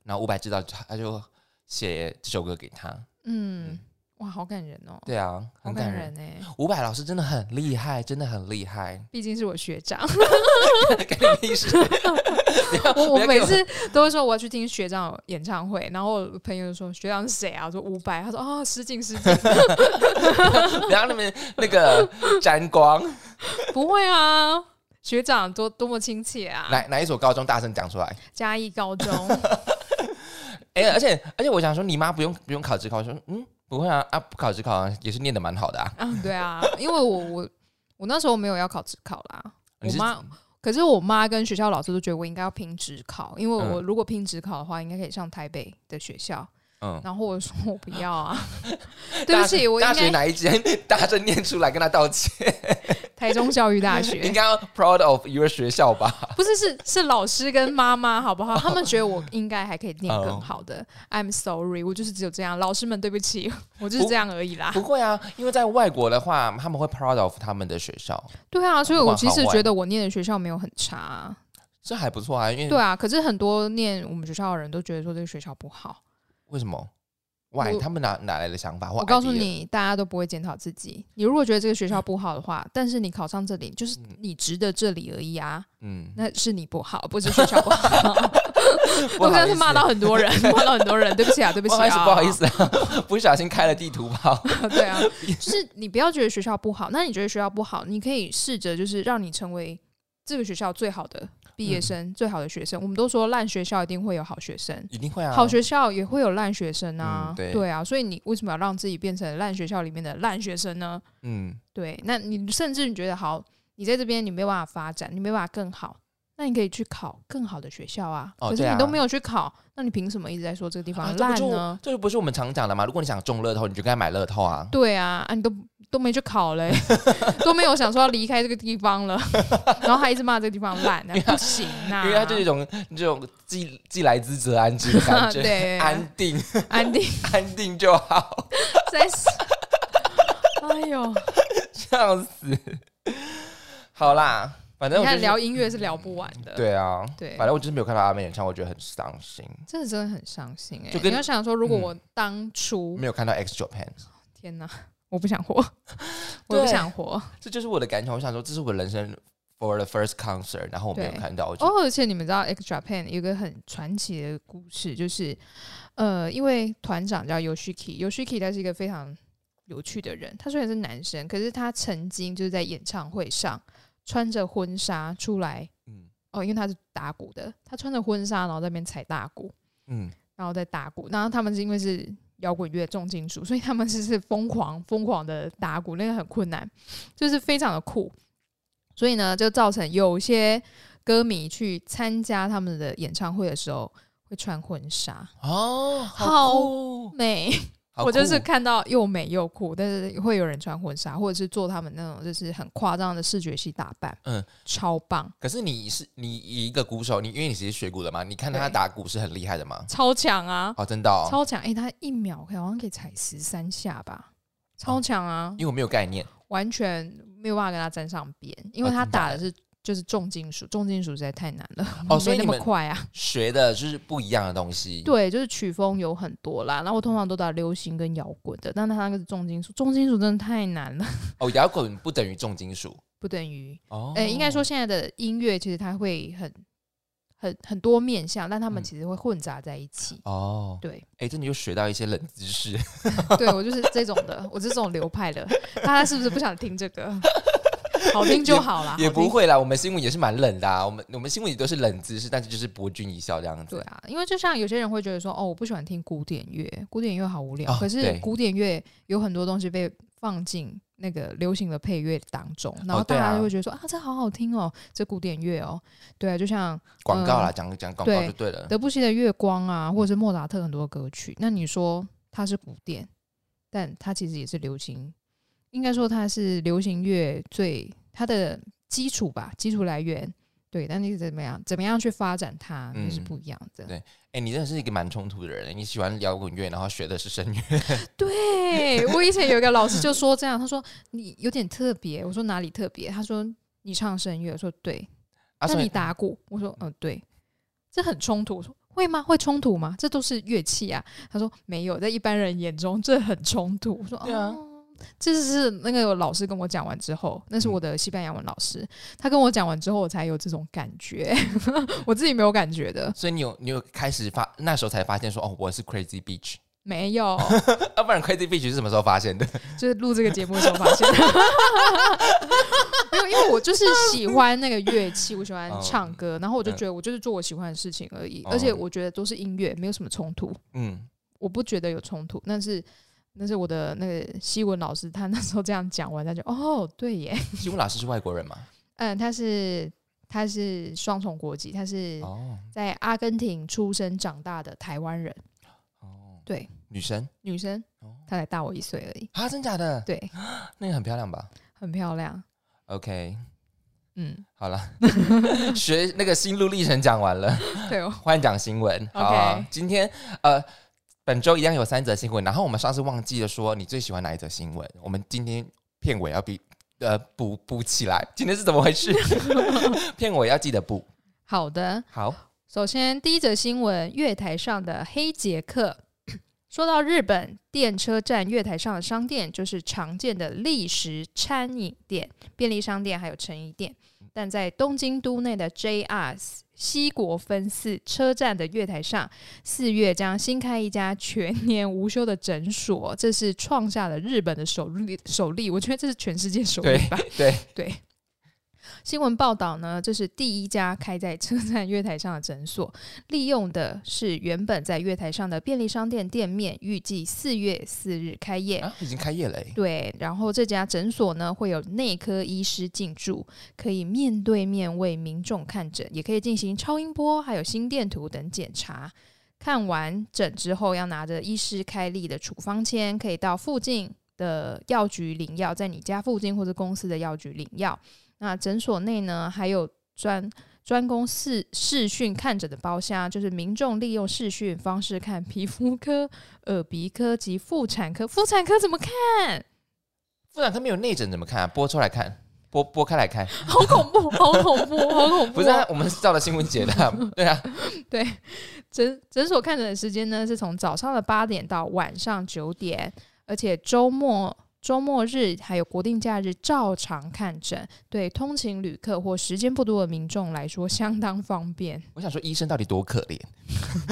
[SPEAKER 1] 然后伍佰知道他，他就写这首歌给他，
[SPEAKER 2] 嗯
[SPEAKER 1] 嗯，
[SPEAKER 2] 哇，好感人哦，
[SPEAKER 1] 对啊，
[SPEAKER 2] 好
[SPEAKER 1] 很
[SPEAKER 2] 感
[SPEAKER 1] 感人。
[SPEAKER 2] 人哎、。
[SPEAKER 1] 伍佰老师真的很厉害，真的很厉害
[SPEAKER 2] <laughs>
[SPEAKER 1] <laughs>
[SPEAKER 2] 毕竟是我学长，
[SPEAKER 1] 干你屁
[SPEAKER 2] <laughs>
[SPEAKER 1] 事不要
[SPEAKER 2] 我
[SPEAKER 1] 不
[SPEAKER 2] 我
[SPEAKER 1] 要
[SPEAKER 2] 每
[SPEAKER 1] 给
[SPEAKER 2] 次都会说我要去听学长演唱会，然后我朋友就说学长是谁啊？我说伍佰，他说啊失敬失敬， <laughs>
[SPEAKER 1] 不要那么那个沾光。
[SPEAKER 2] 不会啊，学长多多么亲切啊！
[SPEAKER 1] 哪哪一所高中大声讲出来？
[SPEAKER 2] 嘉义高中， <laughs>
[SPEAKER 1] 哎、而且而且我想说，你妈不用不用考职考，我说嗯，不会啊啊！不考只考啊也是念的蛮好的啊。
[SPEAKER 2] 啊，对啊，因为我我我那时候没有要考职考啦，我
[SPEAKER 1] 你是
[SPEAKER 2] 妈，可是我妈跟学校老师都觉得我应该要拼职考，因为
[SPEAKER 1] 嗯
[SPEAKER 2] 我如果拼职考的话，应该可以上台北的学校。
[SPEAKER 1] 嗯，
[SPEAKER 2] 然后我说我不
[SPEAKER 1] <laughs>
[SPEAKER 2] 要啊，对不起，我应
[SPEAKER 1] 大学
[SPEAKER 2] 该
[SPEAKER 1] 哪一间？大声念出来跟他道
[SPEAKER 2] <laughs>
[SPEAKER 1] 歉，
[SPEAKER 2] 台中教育大学
[SPEAKER 1] <laughs> 应，该要 proud of your 学校吧？
[SPEAKER 2] 不是是是老师跟妈妈好不好？他们觉得我应该还可以念
[SPEAKER 1] 哦
[SPEAKER 2] 更好的。I'm sorry，我就是只有这样，老师们对不起， <laughs> 我就是
[SPEAKER 1] 不
[SPEAKER 2] 这样而已啦
[SPEAKER 1] 不。会啊，因为在外国的话，他们会 proud of 他们的学校，
[SPEAKER 2] 对啊，所以
[SPEAKER 1] 哇
[SPEAKER 2] 我其
[SPEAKER 1] 好
[SPEAKER 2] 实
[SPEAKER 1] 玩
[SPEAKER 2] 觉得我念的学校没有很差啊、
[SPEAKER 1] 这还不错啊。因
[SPEAKER 2] 对
[SPEAKER 1] 为
[SPEAKER 2] 啊，可是很多念我们学校的人都觉得说这个学校不好。
[SPEAKER 1] 为什么？Why？
[SPEAKER 2] 我
[SPEAKER 1] 他们哪哪来的想法？
[SPEAKER 2] 我告诉，你，大家都不会检讨自己。你如果觉得这个学校不好的话，但是你考上这里，就是
[SPEAKER 1] 嗯
[SPEAKER 2] 你值得这里而已啊，
[SPEAKER 1] 嗯，
[SPEAKER 2] 那是你不好，不是学校不
[SPEAKER 1] <laughs>
[SPEAKER 2] 好。 <laughs>
[SPEAKER 1] 不
[SPEAKER 2] 我
[SPEAKER 1] 好
[SPEAKER 2] 刚
[SPEAKER 1] 意
[SPEAKER 2] 是
[SPEAKER 1] 思
[SPEAKER 2] 骂到很多人， <laughs> 骂到很多人，对不起啊，对
[SPEAKER 1] <laughs>
[SPEAKER 2] 不
[SPEAKER 1] 不
[SPEAKER 2] 起
[SPEAKER 1] 好意思，
[SPEAKER 2] 啊，
[SPEAKER 1] 不好意思啊， <laughs> 不小心开了地图炮。 <laughs>
[SPEAKER 2] <laughs> 对啊，就是你不要觉得学校不好，那你觉得学校不好，你可以试着就是让你成为这个学校最好的毕业生、最好的学生。我们都说烂学校一定会有好学生，
[SPEAKER 1] 一定会啊，
[SPEAKER 2] 好学校也会有烂学生啊、
[SPEAKER 1] 嗯对
[SPEAKER 2] 啊，所以你为什么要让自己变成烂学校里面的烂学生呢？
[SPEAKER 1] 嗯，
[SPEAKER 2] 对，那你甚至你觉得好，你在这边你没有办法发展，你没有办法更好。那你可以去考更好的学校啊，
[SPEAKER 1] 哦
[SPEAKER 2] 可
[SPEAKER 1] 对
[SPEAKER 2] 是
[SPEAKER 1] 啊
[SPEAKER 2] 你都没有去考，那你凭什么一直在说这个地
[SPEAKER 1] 啊
[SPEAKER 2] 方
[SPEAKER 1] 这
[SPEAKER 2] 烂
[SPEAKER 1] 不
[SPEAKER 2] 呢？
[SPEAKER 1] 就这就不是我们常讲的嘛？如果你想中乐透，你就该买乐透啊。
[SPEAKER 2] 对啊，啊你都都没去考
[SPEAKER 1] <laughs>
[SPEAKER 2] 嘞、都没有想说要离开这个地方了，然后还一直骂这个地方烂、啊，不行啊，
[SPEAKER 1] 因为它就是一种这种既既来之则安之的感觉，
[SPEAKER 2] <laughs> 对
[SPEAKER 1] 安定 <laughs>
[SPEAKER 2] 安定
[SPEAKER 1] 安定就好，<laughs>
[SPEAKER 2] 在死，哎呦，
[SPEAKER 1] 笑死。好啦，反正
[SPEAKER 2] 你
[SPEAKER 1] 我就
[SPEAKER 2] 看
[SPEAKER 1] 是
[SPEAKER 2] 聊音乐是聊不完的，
[SPEAKER 1] 对啊，
[SPEAKER 2] 对
[SPEAKER 1] 反正我就是没有看到阿妹演唱，我觉得很伤心，
[SPEAKER 2] 真的真的很伤心哎、
[SPEAKER 1] 就跟嗯
[SPEAKER 2] 你要想说，如果我当初、
[SPEAKER 1] 没有看到 X Japan，
[SPEAKER 2] 天哪，我不
[SPEAKER 1] <laughs>
[SPEAKER 2] 想活，我也不
[SPEAKER 1] 对
[SPEAKER 2] 想活
[SPEAKER 1] 这就是我的感想。我想说，这是我人生 for the first concert，然后我没有
[SPEAKER 2] 对
[SPEAKER 1] 看到，我就、
[SPEAKER 2] 哦。而且你们知道，X Japan 有一个很传奇的故事，就是呃，因为团长叫 Yoshiki，Yoshiki 他是一个非常有趣的人。他虽然是男生，可是他曾经就是在演唱会上穿着婚纱出来
[SPEAKER 1] 嗯
[SPEAKER 2] 哦，因为他是打鼓的，他穿着婚纱然后在那边踩大鼓，
[SPEAKER 1] 嗯，
[SPEAKER 2] 然后在打鼓。然后他们是因为是摇滚乐重金属，所以他们是是疯狂疯狂的打鼓，那个很困难，就是非常的酷。所以呢，就造成有些歌迷去参加他们的演唱会的时候会穿婚纱，
[SPEAKER 1] 哦，
[SPEAKER 2] 好
[SPEAKER 1] 酷
[SPEAKER 2] 美。
[SPEAKER 1] 哦好
[SPEAKER 2] 我就
[SPEAKER 1] 酷
[SPEAKER 2] 是
[SPEAKER 1] 哦
[SPEAKER 2] 看到又美又酷，但是会有人穿婚纱，或者是做他们那种就是很夸张的视觉系打扮，
[SPEAKER 1] 嗯
[SPEAKER 2] 嗯，超棒，
[SPEAKER 1] 可是你是你一个鼓手，你因为你其实学鼓的嘛，你看他
[SPEAKER 2] 对
[SPEAKER 1] 打鼓是很厉害的嘛。
[SPEAKER 2] 超强啊，
[SPEAKER 1] 哦，真的、哦，
[SPEAKER 2] 超强！诶，他一秒好像可以踩十三下吧，超
[SPEAKER 1] 哦
[SPEAKER 2] 强啊
[SPEAKER 1] 因，为我没有概念。
[SPEAKER 2] 完全没有办法跟他沾上边，因为
[SPEAKER 1] 哦
[SPEAKER 2] 他
[SPEAKER 1] 真的
[SPEAKER 2] 打的是就是重金属，重金属实在太难了，
[SPEAKER 1] 哦
[SPEAKER 2] <laughs> 没
[SPEAKER 1] 所以
[SPEAKER 2] 那
[SPEAKER 1] 你
[SPEAKER 2] 么
[SPEAKER 1] 们
[SPEAKER 2] 快啊。
[SPEAKER 1] 学的就是不一样的东西。，
[SPEAKER 2] 对，就是曲风有很多啦。然后我通常都打流行跟摇滚的，但他那个是重金属，重金属真的太难了，
[SPEAKER 1] 哦，摇滚不等于重金属。
[SPEAKER 2] 不等于，
[SPEAKER 1] 哦，
[SPEAKER 2] 呃，应该说现在的音乐其实它会很很很多面向，但他们
[SPEAKER 1] 嗯
[SPEAKER 2] 其实会混杂在一起。
[SPEAKER 1] 哦，
[SPEAKER 2] 对，
[SPEAKER 1] 哎，这你又学到一些冷知识。
[SPEAKER 2] 对我就是这种的，我是这种流派的。 <laughs> 大家是不是不想听这个？ <laughs> 好听就好啦，
[SPEAKER 1] 也
[SPEAKER 2] 好听
[SPEAKER 1] 不会啦，我们新闻也是蛮冷的啊。我们我们新闻也都是冷知识，但是就是博君一笑这样子。
[SPEAKER 2] 对啊，因为就像有些人会觉得说，哦，我不喜欢听古典乐，古典乐好无聊。
[SPEAKER 1] 哦
[SPEAKER 2] 可是
[SPEAKER 1] 对
[SPEAKER 2] 古典乐有很多东西被放进那个流行的配乐当中，然后
[SPEAKER 1] 对
[SPEAKER 2] 大
[SPEAKER 1] 啊
[SPEAKER 2] 家就会觉得说，啊这好好听哦，这古典乐哦，对啊，就像
[SPEAKER 1] 广告啦，讲讲广告
[SPEAKER 2] 嗯对
[SPEAKER 1] 就对了。
[SPEAKER 2] 德布西的《月光》啊，或者是莫扎特很多歌曲，那你说它是古典，但它其实也是流行，应该说它是流行乐最它的基础吧，基础来源。对，但你怎么样，怎么样去发展它，那是
[SPEAKER 1] 嗯
[SPEAKER 2] 不一样的。
[SPEAKER 1] 对哎，你真的是一个蛮冲突的人。欸你喜欢摇滚乐，然后学的是声乐。 <laughs>
[SPEAKER 2] 对我以前有一个老师就说这样，他说你有点特别，我说哪里特别？他说你唱声乐，我说对，
[SPEAKER 1] 啊，
[SPEAKER 2] 那
[SPEAKER 1] 所
[SPEAKER 2] 你
[SPEAKER 1] 以
[SPEAKER 2] 打鼓，我说嗯、呃对，这很冲突。我说会吗？会冲突吗？这都是乐器啊。他说没有，在一般人眼中这很冲突。我说
[SPEAKER 1] 对啊
[SPEAKER 2] 哦。这是那个老师跟我讲完之后，那是
[SPEAKER 1] 嗯
[SPEAKER 2] 我的西班牙文老师，他跟我讲完之后，我才有这种感觉， <laughs> 我自己没有感觉
[SPEAKER 1] <laughs>
[SPEAKER 2] 的，
[SPEAKER 1] 所以你有你有开始发那时候才发现说哦，我是 Crazy Beach，
[SPEAKER 2] 没有，
[SPEAKER 1] 要、不然 Crazy Beach 是什么时候发现的？
[SPEAKER 2] 就是录这个节目的时候
[SPEAKER 1] <laughs>
[SPEAKER 2] 发现，没有，因为我就是喜欢那个乐器，我喜欢唱歌，然后我就觉得我就是做我喜欢的事情而已，
[SPEAKER 1] 嗯
[SPEAKER 2] 而且我觉得都是音乐，没有什么冲突，
[SPEAKER 1] 嗯，
[SPEAKER 2] 我不觉得有冲突，但是那是我的那个西文老师，他那时候这样讲完，他就 <laughs> 哦，对耶，
[SPEAKER 1] 西文老师是外国人嘛？
[SPEAKER 2] 嗯，他是他是双重国籍，他是
[SPEAKER 1] 哦
[SPEAKER 2] 在阿根廷出生长大的台湾人，
[SPEAKER 1] 哦，
[SPEAKER 2] 对，
[SPEAKER 1] 女生
[SPEAKER 2] 女生，
[SPEAKER 1] 哦
[SPEAKER 2] 她才大我一岁而已，
[SPEAKER 1] 啊，真假的？
[SPEAKER 2] 对，
[SPEAKER 1] 那个很漂亮吧
[SPEAKER 2] 很漂亮，
[SPEAKER 1] ？OK， <laughs>
[SPEAKER 2] 嗯，
[SPEAKER 1] 好
[SPEAKER 2] <laughs>
[SPEAKER 1] 了，学那个心路历程讲完了，
[SPEAKER 2] 对哦，
[SPEAKER 1] 换讲新闻。好啊
[SPEAKER 2] OK
[SPEAKER 1] 今天呃。本周一样有三则新闻，然后我们上次忘记了说你最喜欢哪一则新闻，我们今天片尾要比呃补补起来， <laughs> 今天是怎么回
[SPEAKER 2] <laughs>
[SPEAKER 1] 事？片尾要记得补。
[SPEAKER 2] 好的，
[SPEAKER 1] 好，
[SPEAKER 2] 首先，第一则新闻，月台上的黑杰克。 <coughs> 说到日本电车站月台上的商店，就是常见的立食餐饮店、便利商店还有成衣店，但在东京都内的 JR 西国分寺车站的月台上，四月将新开一家全年无休的诊所，这是创下了日本的首例首例，我觉得这是全世界首例吧。
[SPEAKER 1] 对，
[SPEAKER 2] 新闻报道呢，这是第一家开在车站月台上的诊所，利用的是原本在月台上的便利商店店面，预计四月四日开业。
[SPEAKER 1] 啊，已经开业了、欸，
[SPEAKER 2] 对，然后这家诊所呢会有内科医师进驻，可以面对面为民众看诊，也可以进行超音波、还有心电图等检查。看完诊之后，要拿着医师开立的处方签，可以到附近的药局领药，在你家附近或者公司的药局领药。那诊所内呢，还有专专攻视视讯看诊的包厢，就是民众利用视讯方式看皮肤科、耳鼻科及妇产科。妇产科怎么看？
[SPEAKER 1] 妇产科没有内诊怎么看、啊？拨出来看，拨拨开来看，
[SPEAKER 2] <laughs> 好恐怖，好恐怖，好恐怖！
[SPEAKER 1] <laughs> 不是、啊，我们是照了新闻写的啊、
[SPEAKER 2] <laughs>
[SPEAKER 1] 对啊，
[SPEAKER 2] 对，诊诊所看诊的时间呢是从早上的八点到晚上九点，而且周末。周末日还有国定假日照常看诊，对通勤旅客或时间不多的民众来说相当方便。 <laughs>
[SPEAKER 1] 我想说医生到底多可怜？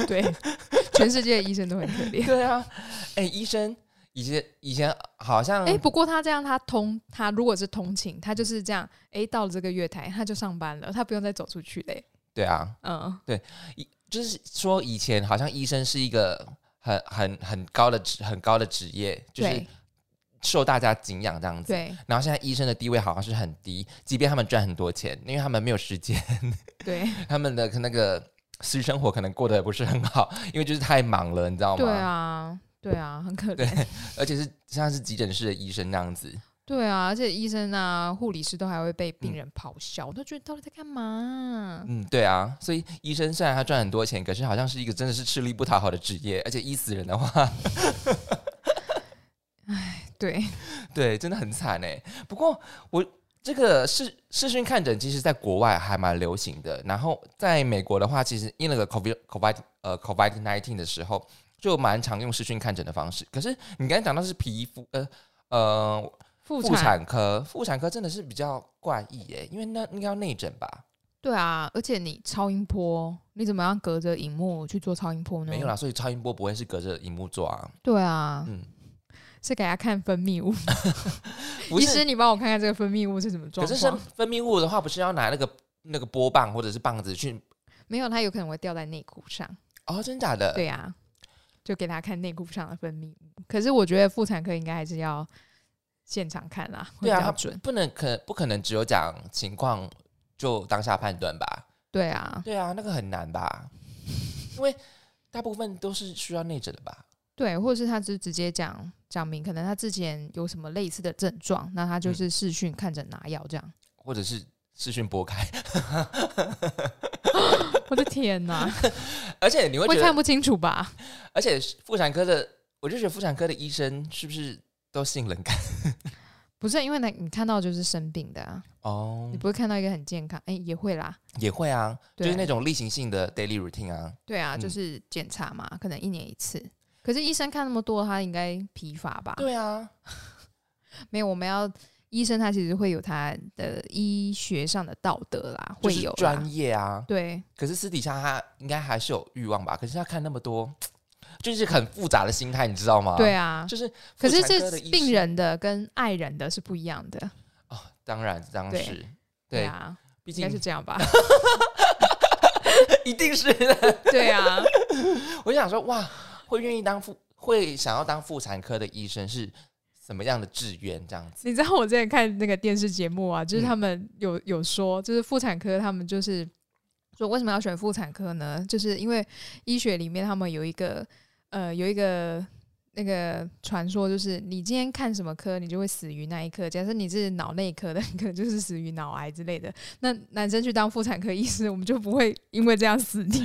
[SPEAKER 2] 对，全世界的医生都很可
[SPEAKER 1] <laughs>
[SPEAKER 2] 怜。
[SPEAKER 1] 对啊，哎、医生以前以前好像
[SPEAKER 2] 哎、不过他这样，他通他如果是通勤，他就是这样，哎、到了这个月台他就上班了，他不用再走出去嘞。
[SPEAKER 1] 对啊，
[SPEAKER 2] 嗯，
[SPEAKER 1] 就是说以前好像医生是一个很很很高的职很高的职业，就是
[SPEAKER 2] 对
[SPEAKER 1] 受大家敬仰这样子。
[SPEAKER 2] 对
[SPEAKER 1] 然后现在医生的地位好像是很低，即便他们赚很多钱，因为他们没有时间， <laughs>
[SPEAKER 2] 对
[SPEAKER 1] 他们的那个私生活可能过得不是很好，因为就是太忙了，你知道吗？
[SPEAKER 2] 对啊，对啊，很可
[SPEAKER 1] 对
[SPEAKER 2] 怜。
[SPEAKER 1] 而且是像是急诊室的医生那样子，
[SPEAKER 2] 对啊，而且医生啊、护理师都还会被病人咆哮，我都觉得到底在干嘛？
[SPEAKER 1] 嗯，对啊，所以医生虽然他赚很多钱，可是好像是一个真的是吃力不讨好的职业，而且医死人的话，
[SPEAKER 2] <laughs>
[SPEAKER 1] <laughs>
[SPEAKER 2] 对，
[SPEAKER 1] 对，真的很惨哎。不过我这个视视讯看诊，其实在国外还蛮流行的。然后在美国的话，其实因为那个 COVID COVID 呃 COVID nineteen 的时候，就蛮常用视讯看诊的方式。可是你刚才讲到是皮肤呃呃
[SPEAKER 2] 妇
[SPEAKER 1] 妇产科，妇产科真的是比较怪异哎，因为那应该要内诊吧？
[SPEAKER 2] 对啊，而且你超音波，你怎么样隔着荧幕去做超音波呢？
[SPEAKER 1] 没有啦，所以超音波不会是隔着荧幕做
[SPEAKER 2] <laughs>
[SPEAKER 1] 啊，
[SPEAKER 2] 对啊，
[SPEAKER 1] 嗯
[SPEAKER 2] 是给他看分泌物。
[SPEAKER 1] 不
[SPEAKER 2] 医
[SPEAKER 1] 是
[SPEAKER 2] 师，你帮我看看这个分泌物是什么状
[SPEAKER 1] 可是分
[SPEAKER 2] 况？
[SPEAKER 1] 分泌物的话，不是要拿那个那个波棒或者是棒子去？
[SPEAKER 2] 没有，他有可能会掉在内裤上。
[SPEAKER 1] 哦，真假的？
[SPEAKER 2] 对啊，就给他看内裤上的分泌物。可是我觉得妇产科应该还是要现场看啦，会
[SPEAKER 1] 对
[SPEAKER 2] 比
[SPEAKER 1] 啊，
[SPEAKER 2] 较
[SPEAKER 1] 他
[SPEAKER 2] 准。
[SPEAKER 1] 不能可不可能只有讲情况就当下判断吧？
[SPEAKER 2] 对啊，
[SPEAKER 1] 对啊，那个很难吧？因为大部分都是需要内诊的吧？
[SPEAKER 2] 对，或者是他就直接讲讲明，可能他之前有什么类似的症状，那他就
[SPEAKER 1] 嗯
[SPEAKER 2] 是视讯看诊拿药这样。
[SPEAKER 1] 或者是视讯拨开，
[SPEAKER 2] <laughs>
[SPEAKER 1] <laughs>
[SPEAKER 2] 我的天哪，
[SPEAKER 1] 而且你会觉
[SPEAKER 2] 会看
[SPEAKER 1] 得，
[SPEAKER 2] 不清楚吧？
[SPEAKER 1] 而且妇产科的，我就觉得妇产科的医生是不是都性冷
[SPEAKER 2] <laughs>
[SPEAKER 1] 感？
[SPEAKER 2] 不是，因为呢，你看到就是生病的啊，
[SPEAKER 1] 哦
[SPEAKER 2] 你，不会看到一个很健康，哎、也会啦。
[SPEAKER 1] 也会啊，就
[SPEAKER 2] 对
[SPEAKER 1] 是那种例行性的 daily routine 啊。
[SPEAKER 2] 对啊，就
[SPEAKER 1] 嗯
[SPEAKER 2] 是检查嘛，可能一年一次。可是医生看那么多，他应该疲乏吧？
[SPEAKER 1] 对啊，
[SPEAKER 2] 没有，我们要医生他其实会有他的医学上的道德啦，
[SPEAKER 1] 就
[SPEAKER 2] 会
[SPEAKER 1] 是
[SPEAKER 2] 有啦
[SPEAKER 1] 专业啊，
[SPEAKER 2] 对
[SPEAKER 1] 可是私底下他应该还是有欲望吧？可是他看那么多，就是很复杂的心态，你知道吗？
[SPEAKER 2] 对，啊。
[SPEAKER 1] 就是
[SPEAKER 2] 可是
[SPEAKER 1] 妇产科
[SPEAKER 2] 这
[SPEAKER 1] 的医师
[SPEAKER 2] 病人的跟爱人的是不一样的，
[SPEAKER 1] 哦，当然当
[SPEAKER 2] 对
[SPEAKER 1] 时
[SPEAKER 2] 对
[SPEAKER 1] 对，
[SPEAKER 2] 啊，
[SPEAKER 1] 毕
[SPEAKER 2] 应该
[SPEAKER 1] 竟
[SPEAKER 2] 是这样吧？
[SPEAKER 1] <laughs> 一定是的。
[SPEAKER 2] 对啊，
[SPEAKER 1] <laughs>
[SPEAKER 2] 啊
[SPEAKER 1] 我就想说，哇，会愿意当妇会想要当妇产科的医生是什么样的志愿？这样子，
[SPEAKER 2] <laughs> 你知道我之前看那个电视节目啊，
[SPEAKER 1] 嗯
[SPEAKER 2] 就是他们有、有说，就是妇产科他们就是说为什么要选妇产科呢？就是因为医学里面他们有一个呃有一个那个传说，就是你今天看什么科，你就会死于那一科。假设你是脑内科的，你可能就是死于脑癌之类的。那男生去当妇产科医师，我们就不会因为这样
[SPEAKER 1] <laughs>
[SPEAKER 2] 死掉。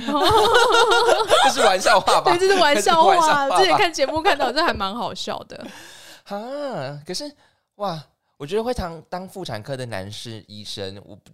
[SPEAKER 1] 这是玩笑话吧
[SPEAKER 2] <laughs> 对，？这是玩
[SPEAKER 1] <laughs>
[SPEAKER 2] 笑
[SPEAKER 1] 玩笑
[SPEAKER 2] 话。
[SPEAKER 1] 话吧
[SPEAKER 2] 之前看节目看到，这还蛮好笑的。
[SPEAKER 1] 啊，可是哇，我觉得会当当妇产科的男士医生，我不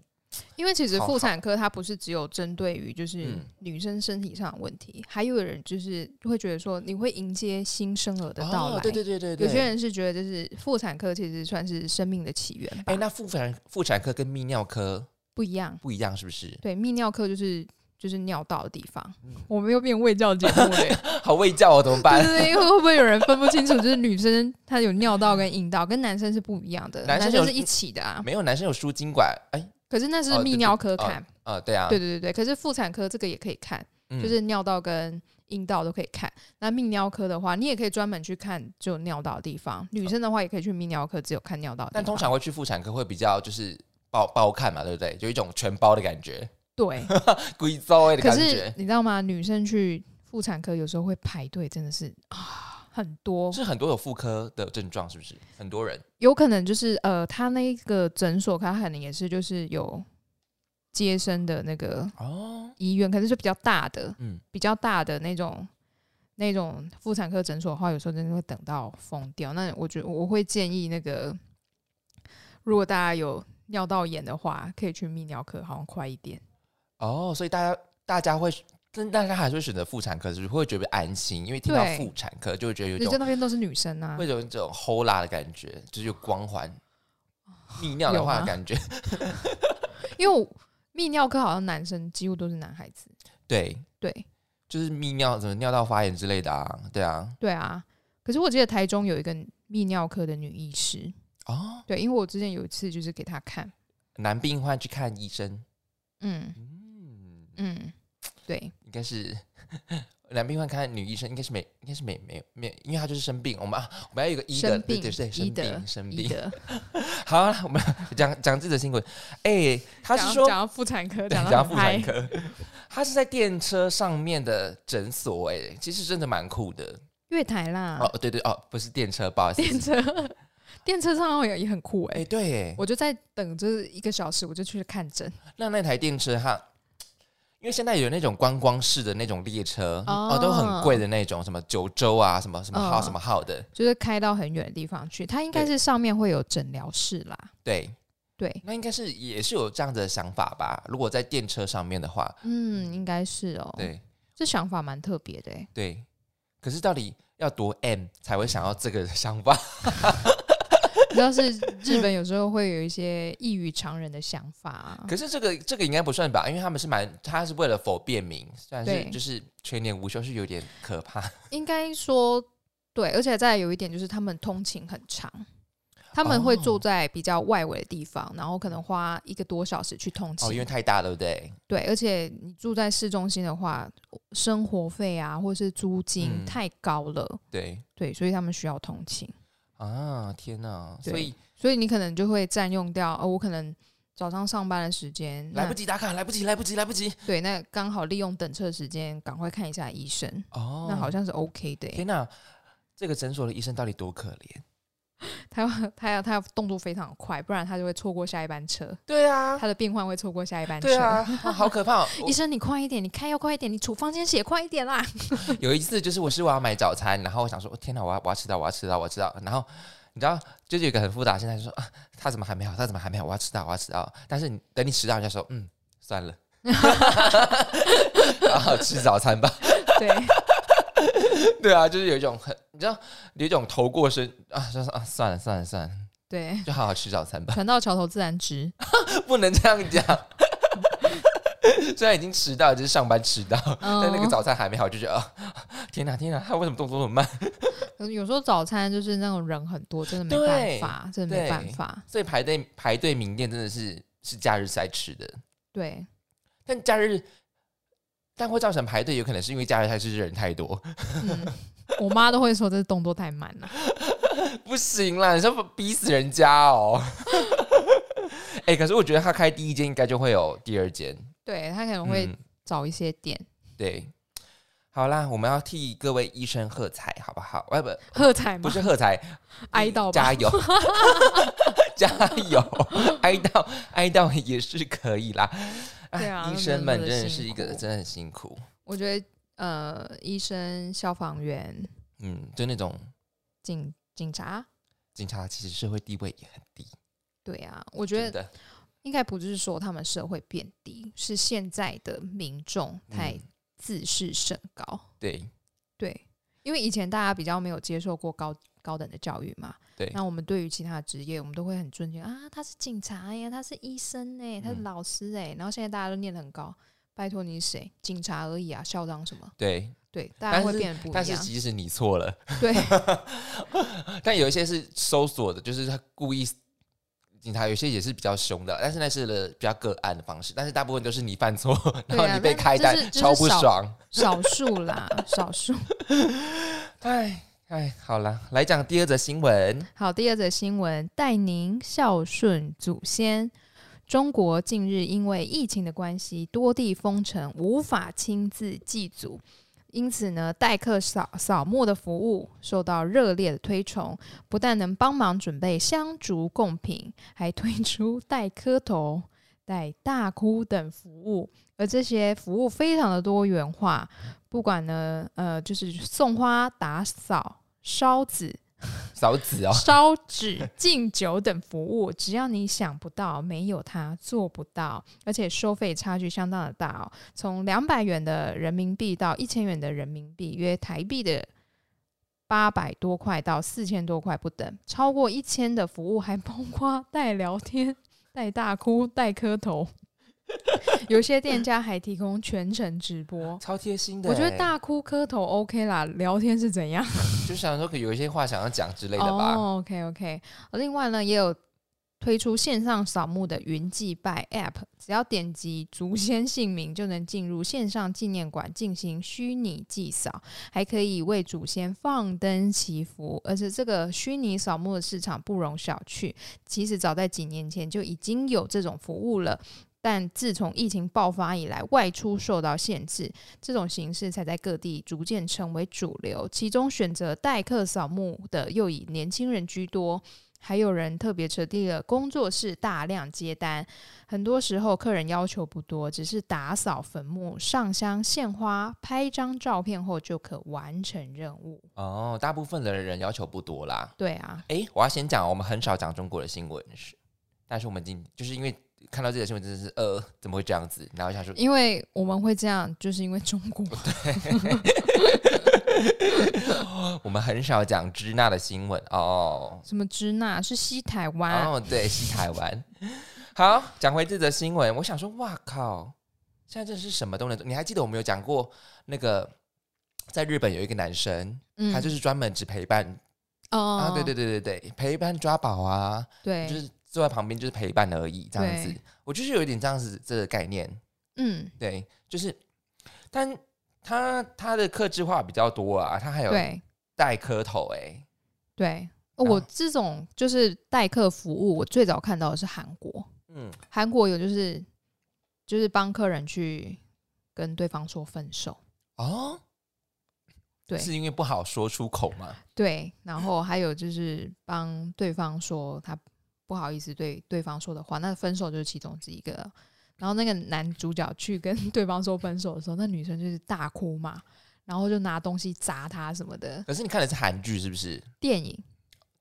[SPEAKER 2] 因为其实
[SPEAKER 1] 好
[SPEAKER 2] 妇产科它不是只有针对于就是
[SPEAKER 1] 嗯
[SPEAKER 2] 女生身体上的问题，还有人就是会觉得说你会迎接新生儿的到来。
[SPEAKER 1] 哦对对对对对，
[SPEAKER 2] 有些人是觉得就是妇产科其实算是生命的起源吧，
[SPEAKER 1] 哎，那妇产妇产科跟泌尿科
[SPEAKER 2] 不一样。
[SPEAKER 1] 不一样是不是？ <laughs>
[SPEAKER 2] 对，泌尿科就是就是尿道的地方。
[SPEAKER 1] 嗯
[SPEAKER 2] 我们又变卫教节
[SPEAKER 1] <laughs>
[SPEAKER 2] 目了耶，
[SPEAKER 1] 好喂教哦，怎么办
[SPEAKER 2] 就？是因为会不会有人分不清楚，就是女生她有尿道跟阴道，跟男生是不一样的，
[SPEAKER 1] 男
[SPEAKER 2] 男
[SPEAKER 1] 生有
[SPEAKER 2] 是一起的啊。
[SPEAKER 1] 没有，男生有输精管，哎，
[SPEAKER 2] 可是那是
[SPEAKER 1] 哦对
[SPEAKER 2] 泌
[SPEAKER 1] 对
[SPEAKER 2] 尿科
[SPEAKER 1] 哦
[SPEAKER 2] 看，
[SPEAKER 1] 啊，对啊，
[SPEAKER 2] 对对对对，可是妇产科这个也可以看，
[SPEAKER 1] 嗯，
[SPEAKER 2] 就是尿道跟阴道都可以看。那泌尿科的话，你也可以专门去看只有尿道的地方。女生的话也可以去泌尿科，只有看尿道的地方。
[SPEAKER 1] 但通常会去妇产科会比较就是包包看嘛，对不对？有一种全包的感觉，
[SPEAKER 2] 对，
[SPEAKER 1] 贵州的
[SPEAKER 2] 可
[SPEAKER 1] 感
[SPEAKER 2] 是
[SPEAKER 1] 觉，
[SPEAKER 2] 你知道吗？女生去妇产科有时候会排队，真的是啊很多，
[SPEAKER 1] 是很多有妇科的症状，是不是？很多人
[SPEAKER 2] 有可能就是呃，他那个诊所他可能也是就是有接生的那个
[SPEAKER 1] 哦，
[SPEAKER 2] 医院，可能是比较大的，
[SPEAKER 1] 嗯，
[SPEAKER 2] 比较大的那种那种妇产科诊所的话，有时候真的会等到疯掉。那我觉得我会建议那个，如果大家有尿道炎的话，可以去泌尿科，好像快一点。
[SPEAKER 1] 哦，所以大家大家会。但大家还是会选择妇产科，是不是会觉得安心？因为听到
[SPEAKER 2] 对
[SPEAKER 1] 妇产科，就会觉得有一
[SPEAKER 2] 人家
[SPEAKER 1] 种
[SPEAKER 2] 那边都是女生啊
[SPEAKER 1] 会，有一种齁辣的感觉，就是有光环。泌尿的
[SPEAKER 2] 有
[SPEAKER 1] 话，
[SPEAKER 2] 吗
[SPEAKER 1] 感觉
[SPEAKER 2] 因为我泌尿科好像男生几乎都是男孩子。
[SPEAKER 1] <laughs> 对，
[SPEAKER 2] 对
[SPEAKER 1] 就是泌尿什么尿道发炎之类的啊，对啊，
[SPEAKER 2] 对啊，可是我记得台中有一个泌尿科的女医师，
[SPEAKER 1] 哦，
[SPEAKER 2] 对，因为我之前有一次就是给她看，
[SPEAKER 1] 男病患去看医生，
[SPEAKER 2] 嗯
[SPEAKER 1] 嗯，
[SPEAKER 2] 嗯，对，
[SPEAKER 1] 应该是男病患看女医生，应该是没，应该是没没有没有，因为他就是生病。我们啊，我们要有一个医的，
[SPEAKER 2] 生
[SPEAKER 1] 对
[SPEAKER 2] 病
[SPEAKER 1] 对对，
[SPEAKER 2] 医
[SPEAKER 1] 生
[SPEAKER 2] 德
[SPEAKER 1] 病生
[SPEAKER 2] 医
[SPEAKER 1] 病。
[SPEAKER 2] 德，
[SPEAKER 1] 好，我
[SPEAKER 2] <laughs>
[SPEAKER 1] 们讲讲自己的新闻。哎、他是
[SPEAKER 2] 讲
[SPEAKER 1] 说
[SPEAKER 2] 讲到妇产科，
[SPEAKER 1] 对
[SPEAKER 2] 到
[SPEAKER 1] 讲
[SPEAKER 2] 很
[SPEAKER 1] 妇
[SPEAKER 2] 嗨
[SPEAKER 1] 产科，他是在电车上面的诊所、哎，其实真的蛮酷的。
[SPEAKER 2] 月台啦，
[SPEAKER 1] 哦，对对哦，不是电车，不好意思。
[SPEAKER 2] 啊电车，电车上好像也很酷哎、
[SPEAKER 1] 哎、对，哎
[SPEAKER 2] 我就在等这一个小时，我就去看诊。
[SPEAKER 1] 那那台电车哈，因为现在有那种观光式的那种列车，
[SPEAKER 2] 哦
[SPEAKER 1] 哦，都很贵的那种，什么九州啊，什么什么号、
[SPEAKER 2] 嗯
[SPEAKER 1] 什么号的，
[SPEAKER 2] 就是开到很远的地方去，它应该
[SPEAKER 1] 对
[SPEAKER 2] 是上面会有诊疗室啦。
[SPEAKER 1] 对，
[SPEAKER 2] 对，
[SPEAKER 1] 那应该是也是有这样子的想法吧？如果在电车上面的话，
[SPEAKER 2] 嗯，应该是哦。，
[SPEAKER 1] 对
[SPEAKER 2] 这想法蛮特别的欸、
[SPEAKER 1] 对，可是到底要多 M 才会想要这个 <laughs> 想法？
[SPEAKER 2] 你知道是日本有时候会有一些异于常人的想法、啊。
[SPEAKER 1] 可是这个这个应该不算吧？因为他们是蛮，他是为了否便民，虽然是
[SPEAKER 2] 对
[SPEAKER 1] 就是全年无休是有点可怕
[SPEAKER 2] 应该说对，而且再有一点就是他们通勤很长。他们会
[SPEAKER 1] 哦
[SPEAKER 2] 坐在比较外围的地方，然后可能花一个多小时去通勤。
[SPEAKER 1] 哦，因为太大，对不对？
[SPEAKER 2] 对，而且你住在市中心的话，生活费啊或是租金
[SPEAKER 1] 嗯
[SPEAKER 2] 太高了，
[SPEAKER 1] 对
[SPEAKER 2] 对，所以他们需要通勤，
[SPEAKER 1] 啊，天哪！
[SPEAKER 2] 对
[SPEAKER 1] 所以
[SPEAKER 2] 所以你可能就会占用掉，哦，我可能早上上班的时间
[SPEAKER 1] 来
[SPEAKER 2] 那
[SPEAKER 1] 不及打卡，来不及，来不及，来不及
[SPEAKER 2] 对，那刚好利用等车时间赶快看一下医生，
[SPEAKER 1] 哦，
[SPEAKER 2] 那好像是 OK 的耶。
[SPEAKER 1] 天哪，这个诊所的医生到底多可怜？
[SPEAKER 2] 他要欸 <laughs> 他要他要动作非常快，不然他就会错过下一班车，
[SPEAKER 1] 对啊，
[SPEAKER 2] 他的病患会错过下一班车。
[SPEAKER 1] 对啊，啊好可
[SPEAKER 2] <laughs>
[SPEAKER 1] 怕、哦！我
[SPEAKER 2] 医生，你快一点，你开药快一点，你处方先写快一点啦！ <laughs>
[SPEAKER 1] 有一次就是我是我要买早餐，然后我想说，哦天哪，我要我要迟到，我要迟到，我要迟到。然后你知道，就是有一个很复杂的心态，现在说啊，他怎么还没好？他怎么还没好？我要迟到，我要迟到。但是你等你迟到，人家说嗯，算了，然后吃早餐吧。
[SPEAKER 2] 对，
[SPEAKER 1] <laughs> 对啊，就是有一种很，你知道，有一种头过身啊，就是啊，算了算了算了，
[SPEAKER 2] 对，
[SPEAKER 1] 就好好吃早餐吧。
[SPEAKER 2] 船到桥头自然直。
[SPEAKER 1] <laughs> 不能这样讲。 <laughs> 虽然已经迟到，就是上班迟到，但
[SPEAKER 2] 嗯
[SPEAKER 1] 那个早餐还没好，就觉得啊、天哪天哪，他为什么动作那么慢？
[SPEAKER 2] 可是有时候早餐就是那种人很多，真的没办
[SPEAKER 1] 对
[SPEAKER 2] 法，真的没
[SPEAKER 1] 对
[SPEAKER 2] 办法。
[SPEAKER 1] 所以排队排队 <laughs> 名店真的是是假日才吃的，
[SPEAKER 2] 对，
[SPEAKER 1] 但假日但会造成排队，有可能是因为加油站是人太多， <laughs>
[SPEAKER 2] 嗯，我妈都会说这动作太慢了。
[SPEAKER 1] 不行啦，你说逼死人家哦。 <laughs> 哎、可是我觉得他开第一间应该就会有第二间，
[SPEAKER 2] 对她可能会
[SPEAKER 1] 嗯
[SPEAKER 2] 找一些店
[SPEAKER 1] 对。好啦，我们要替各位医生喝彩，好不好？哎，不，
[SPEAKER 2] 喝彩
[SPEAKER 1] 不
[SPEAKER 2] 嘛，
[SPEAKER 1] 是喝彩，
[SPEAKER 2] <laughs> 哀悼吧
[SPEAKER 1] 加油， <laughs> 加油，哀悼，哀悼也是可以啦。哎
[SPEAKER 2] 对啊
[SPEAKER 1] 医生们真的是一
[SPEAKER 2] 真的
[SPEAKER 1] 个
[SPEAKER 2] 很辛苦
[SPEAKER 1] 真的很辛苦，
[SPEAKER 2] 我觉得呃，医生、消防员、
[SPEAKER 1] 嗯，就那种
[SPEAKER 2] 警警察，
[SPEAKER 1] 警察其实社会地位也很低，
[SPEAKER 2] 对啊，我觉
[SPEAKER 1] 真
[SPEAKER 2] 得
[SPEAKER 1] 的，
[SPEAKER 2] 应该不是说他们社会变低，是现在的民众太
[SPEAKER 1] 嗯，
[SPEAKER 2] 自视甚高。
[SPEAKER 1] 对
[SPEAKER 2] 对，因为以前大家比较没有接受过高高等的教育嘛，
[SPEAKER 1] 对
[SPEAKER 2] 那我们对于其他的职业，我们都会很尊敬啊，他是警察呀，他是医生哎，他是
[SPEAKER 1] 嗯
[SPEAKER 2] 老师哎，然后现在大家都念得很高，拜托你是谁？警察而已啊，校长什么？
[SPEAKER 1] 对，
[SPEAKER 2] 对，大家
[SPEAKER 1] 但
[SPEAKER 2] 会
[SPEAKER 1] 是
[SPEAKER 2] 变得不
[SPEAKER 1] 但
[SPEAKER 2] 一
[SPEAKER 1] 是
[SPEAKER 2] 样。
[SPEAKER 1] 即使你错了，
[SPEAKER 2] 对，
[SPEAKER 1] 但有一些是搜索的，就是他故意。警察有些也是比较凶的，但是那是的比较个案的方式，但是大部分都是你犯错，然
[SPEAKER 2] 对
[SPEAKER 1] 后
[SPEAKER 2] 啊
[SPEAKER 1] 你被
[SPEAKER 2] 那
[SPEAKER 1] 开
[SPEAKER 2] 就
[SPEAKER 1] 单，
[SPEAKER 2] 是就是
[SPEAKER 1] 超不
[SPEAKER 2] 少
[SPEAKER 1] 爽。
[SPEAKER 2] 少数啦，少数。
[SPEAKER 1] 哎哎，好啦，来讲第二则新闻。
[SPEAKER 2] 好，第二则新闻，带您孝顺祖先。中国近日因为疫情的关系，多地封城，无法亲自祭祖，因此呢，代客扫扫墓的服务受到热烈的推崇，不但能帮忙准备香烛贡品，还推出带磕头、带大哭等服务， <laughs> 而这些服务非常的多元化，不管呢，呃，就是送花、打扫、烧纸、
[SPEAKER 1] 嫂子哦，
[SPEAKER 2] 烧纸、敬酒等服务，只要你想不到，没有它做不到，而且收费差距相当的大哦，从两百元的人民币到一千元的人民币，约台币的八百多块到四千多块不等，超过一千的服务还包括带聊天、带大哭、带磕头。 <laughs> 有些店家还提供全程直播，
[SPEAKER 1] 超贴心的欸。
[SPEAKER 2] 我觉得大哭磕头 OK 啦，聊天是怎样？
[SPEAKER 1] 就想说，可有一些话想要讲之类的吧。
[SPEAKER 2] 哦、OK OK，另外呢，也有推出线上扫墓的云祭拜 App，只要点击祖先姓名就能进入线上纪念馆进行虚拟祭扫，还可以为祖先放灯祈福。而且这个虚拟扫墓的市场不容小觑，其实早在几年前就已经有这种服务了。但自从疫情爆发以来，外出受到限制，这种形式才在各地逐渐成为主流。其中选择代客扫墓的又以年轻人居多，还有人特别成立了工作室，大量接单。很多时候客人要求不多，只是打扫坟墓、上香、献花、拍张照片后就可完成任务。
[SPEAKER 1] 哦，大部分的人要求不多啦。
[SPEAKER 2] 对啊，
[SPEAKER 1] 诶，我要先讲，我们很少讲中国的新闻，是，但是我们今就是因为看到这个新闻，真的是呃，怎么会这样子？然后想说，
[SPEAKER 2] 因为我们会这样，就是因为中国。 <laughs>
[SPEAKER 1] 我们很少讲支那的新闻哦。
[SPEAKER 2] 什么支那是西台湾，
[SPEAKER 1] 哦，对，西台湾。 <laughs> 好，讲回这则新闻，我想说，哇靠，现在真的是什么都能做。你还记得我们有讲过那个，在日本有一个男生，
[SPEAKER 2] 嗯，
[SPEAKER 1] 他就是专门只陪伴、
[SPEAKER 2] 哦，
[SPEAKER 1] 啊，对对对对对，陪伴抓宝啊，
[SPEAKER 2] 对，
[SPEAKER 1] 就是坐在旁边就是陪伴而已，这样子
[SPEAKER 2] 对。
[SPEAKER 1] 我就是有一点这样子这个概念，
[SPEAKER 2] 嗯，
[SPEAKER 1] 对，就是，但他他的克制化比较多啊，他还有
[SPEAKER 2] 对，
[SPEAKER 1] 带磕头、哎，
[SPEAKER 2] 对，哦
[SPEAKER 1] 然
[SPEAKER 2] 我
[SPEAKER 1] 后
[SPEAKER 2] 这种就是代客服务，我最早看到的是韩国，
[SPEAKER 1] 嗯，
[SPEAKER 2] 韩国有就是就是帮客人去跟对方说分手，
[SPEAKER 1] 哦，
[SPEAKER 2] 对
[SPEAKER 1] 是因为不好说出口吗？
[SPEAKER 2] 对，然后还有就是帮对方说他不好意思对对方说的话，那分手就是其中之一个。然后那个男主角去跟 <laughs> 对方说分手的时候，那女生就是大哭嘛，然后就拿东西砸他什么的。
[SPEAKER 1] 可是你看的是韩剧是不是？
[SPEAKER 2] 电影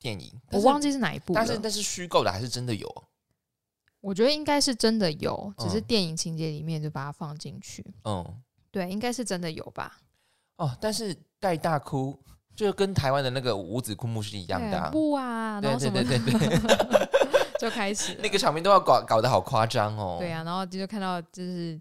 [SPEAKER 1] 电影
[SPEAKER 2] 我忘
[SPEAKER 1] 记，
[SPEAKER 2] 记是哪一部了，
[SPEAKER 1] 但是那是虚构的还是真的有？
[SPEAKER 2] 我觉得应该是真的有，只是
[SPEAKER 1] 嗯
[SPEAKER 2] 电影情节里面就把它放进去。
[SPEAKER 1] 嗯，
[SPEAKER 2] 对，应该是真的有吧？
[SPEAKER 1] 哦，但是带大哭就跟台湾的那个五子枯木是一样
[SPEAKER 2] 对
[SPEAKER 1] 的、
[SPEAKER 2] 啊
[SPEAKER 1] 啊，
[SPEAKER 2] 不啊，然
[SPEAKER 1] 对
[SPEAKER 2] 后什
[SPEAKER 1] 对
[SPEAKER 2] 么
[SPEAKER 1] 对对对，
[SPEAKER 2] <laughs> 就开始了
[SPEAKER 1] 那个场面都要搞搞得好夸张哦。
[SPEAKER 2] 对啊，然后就看到就是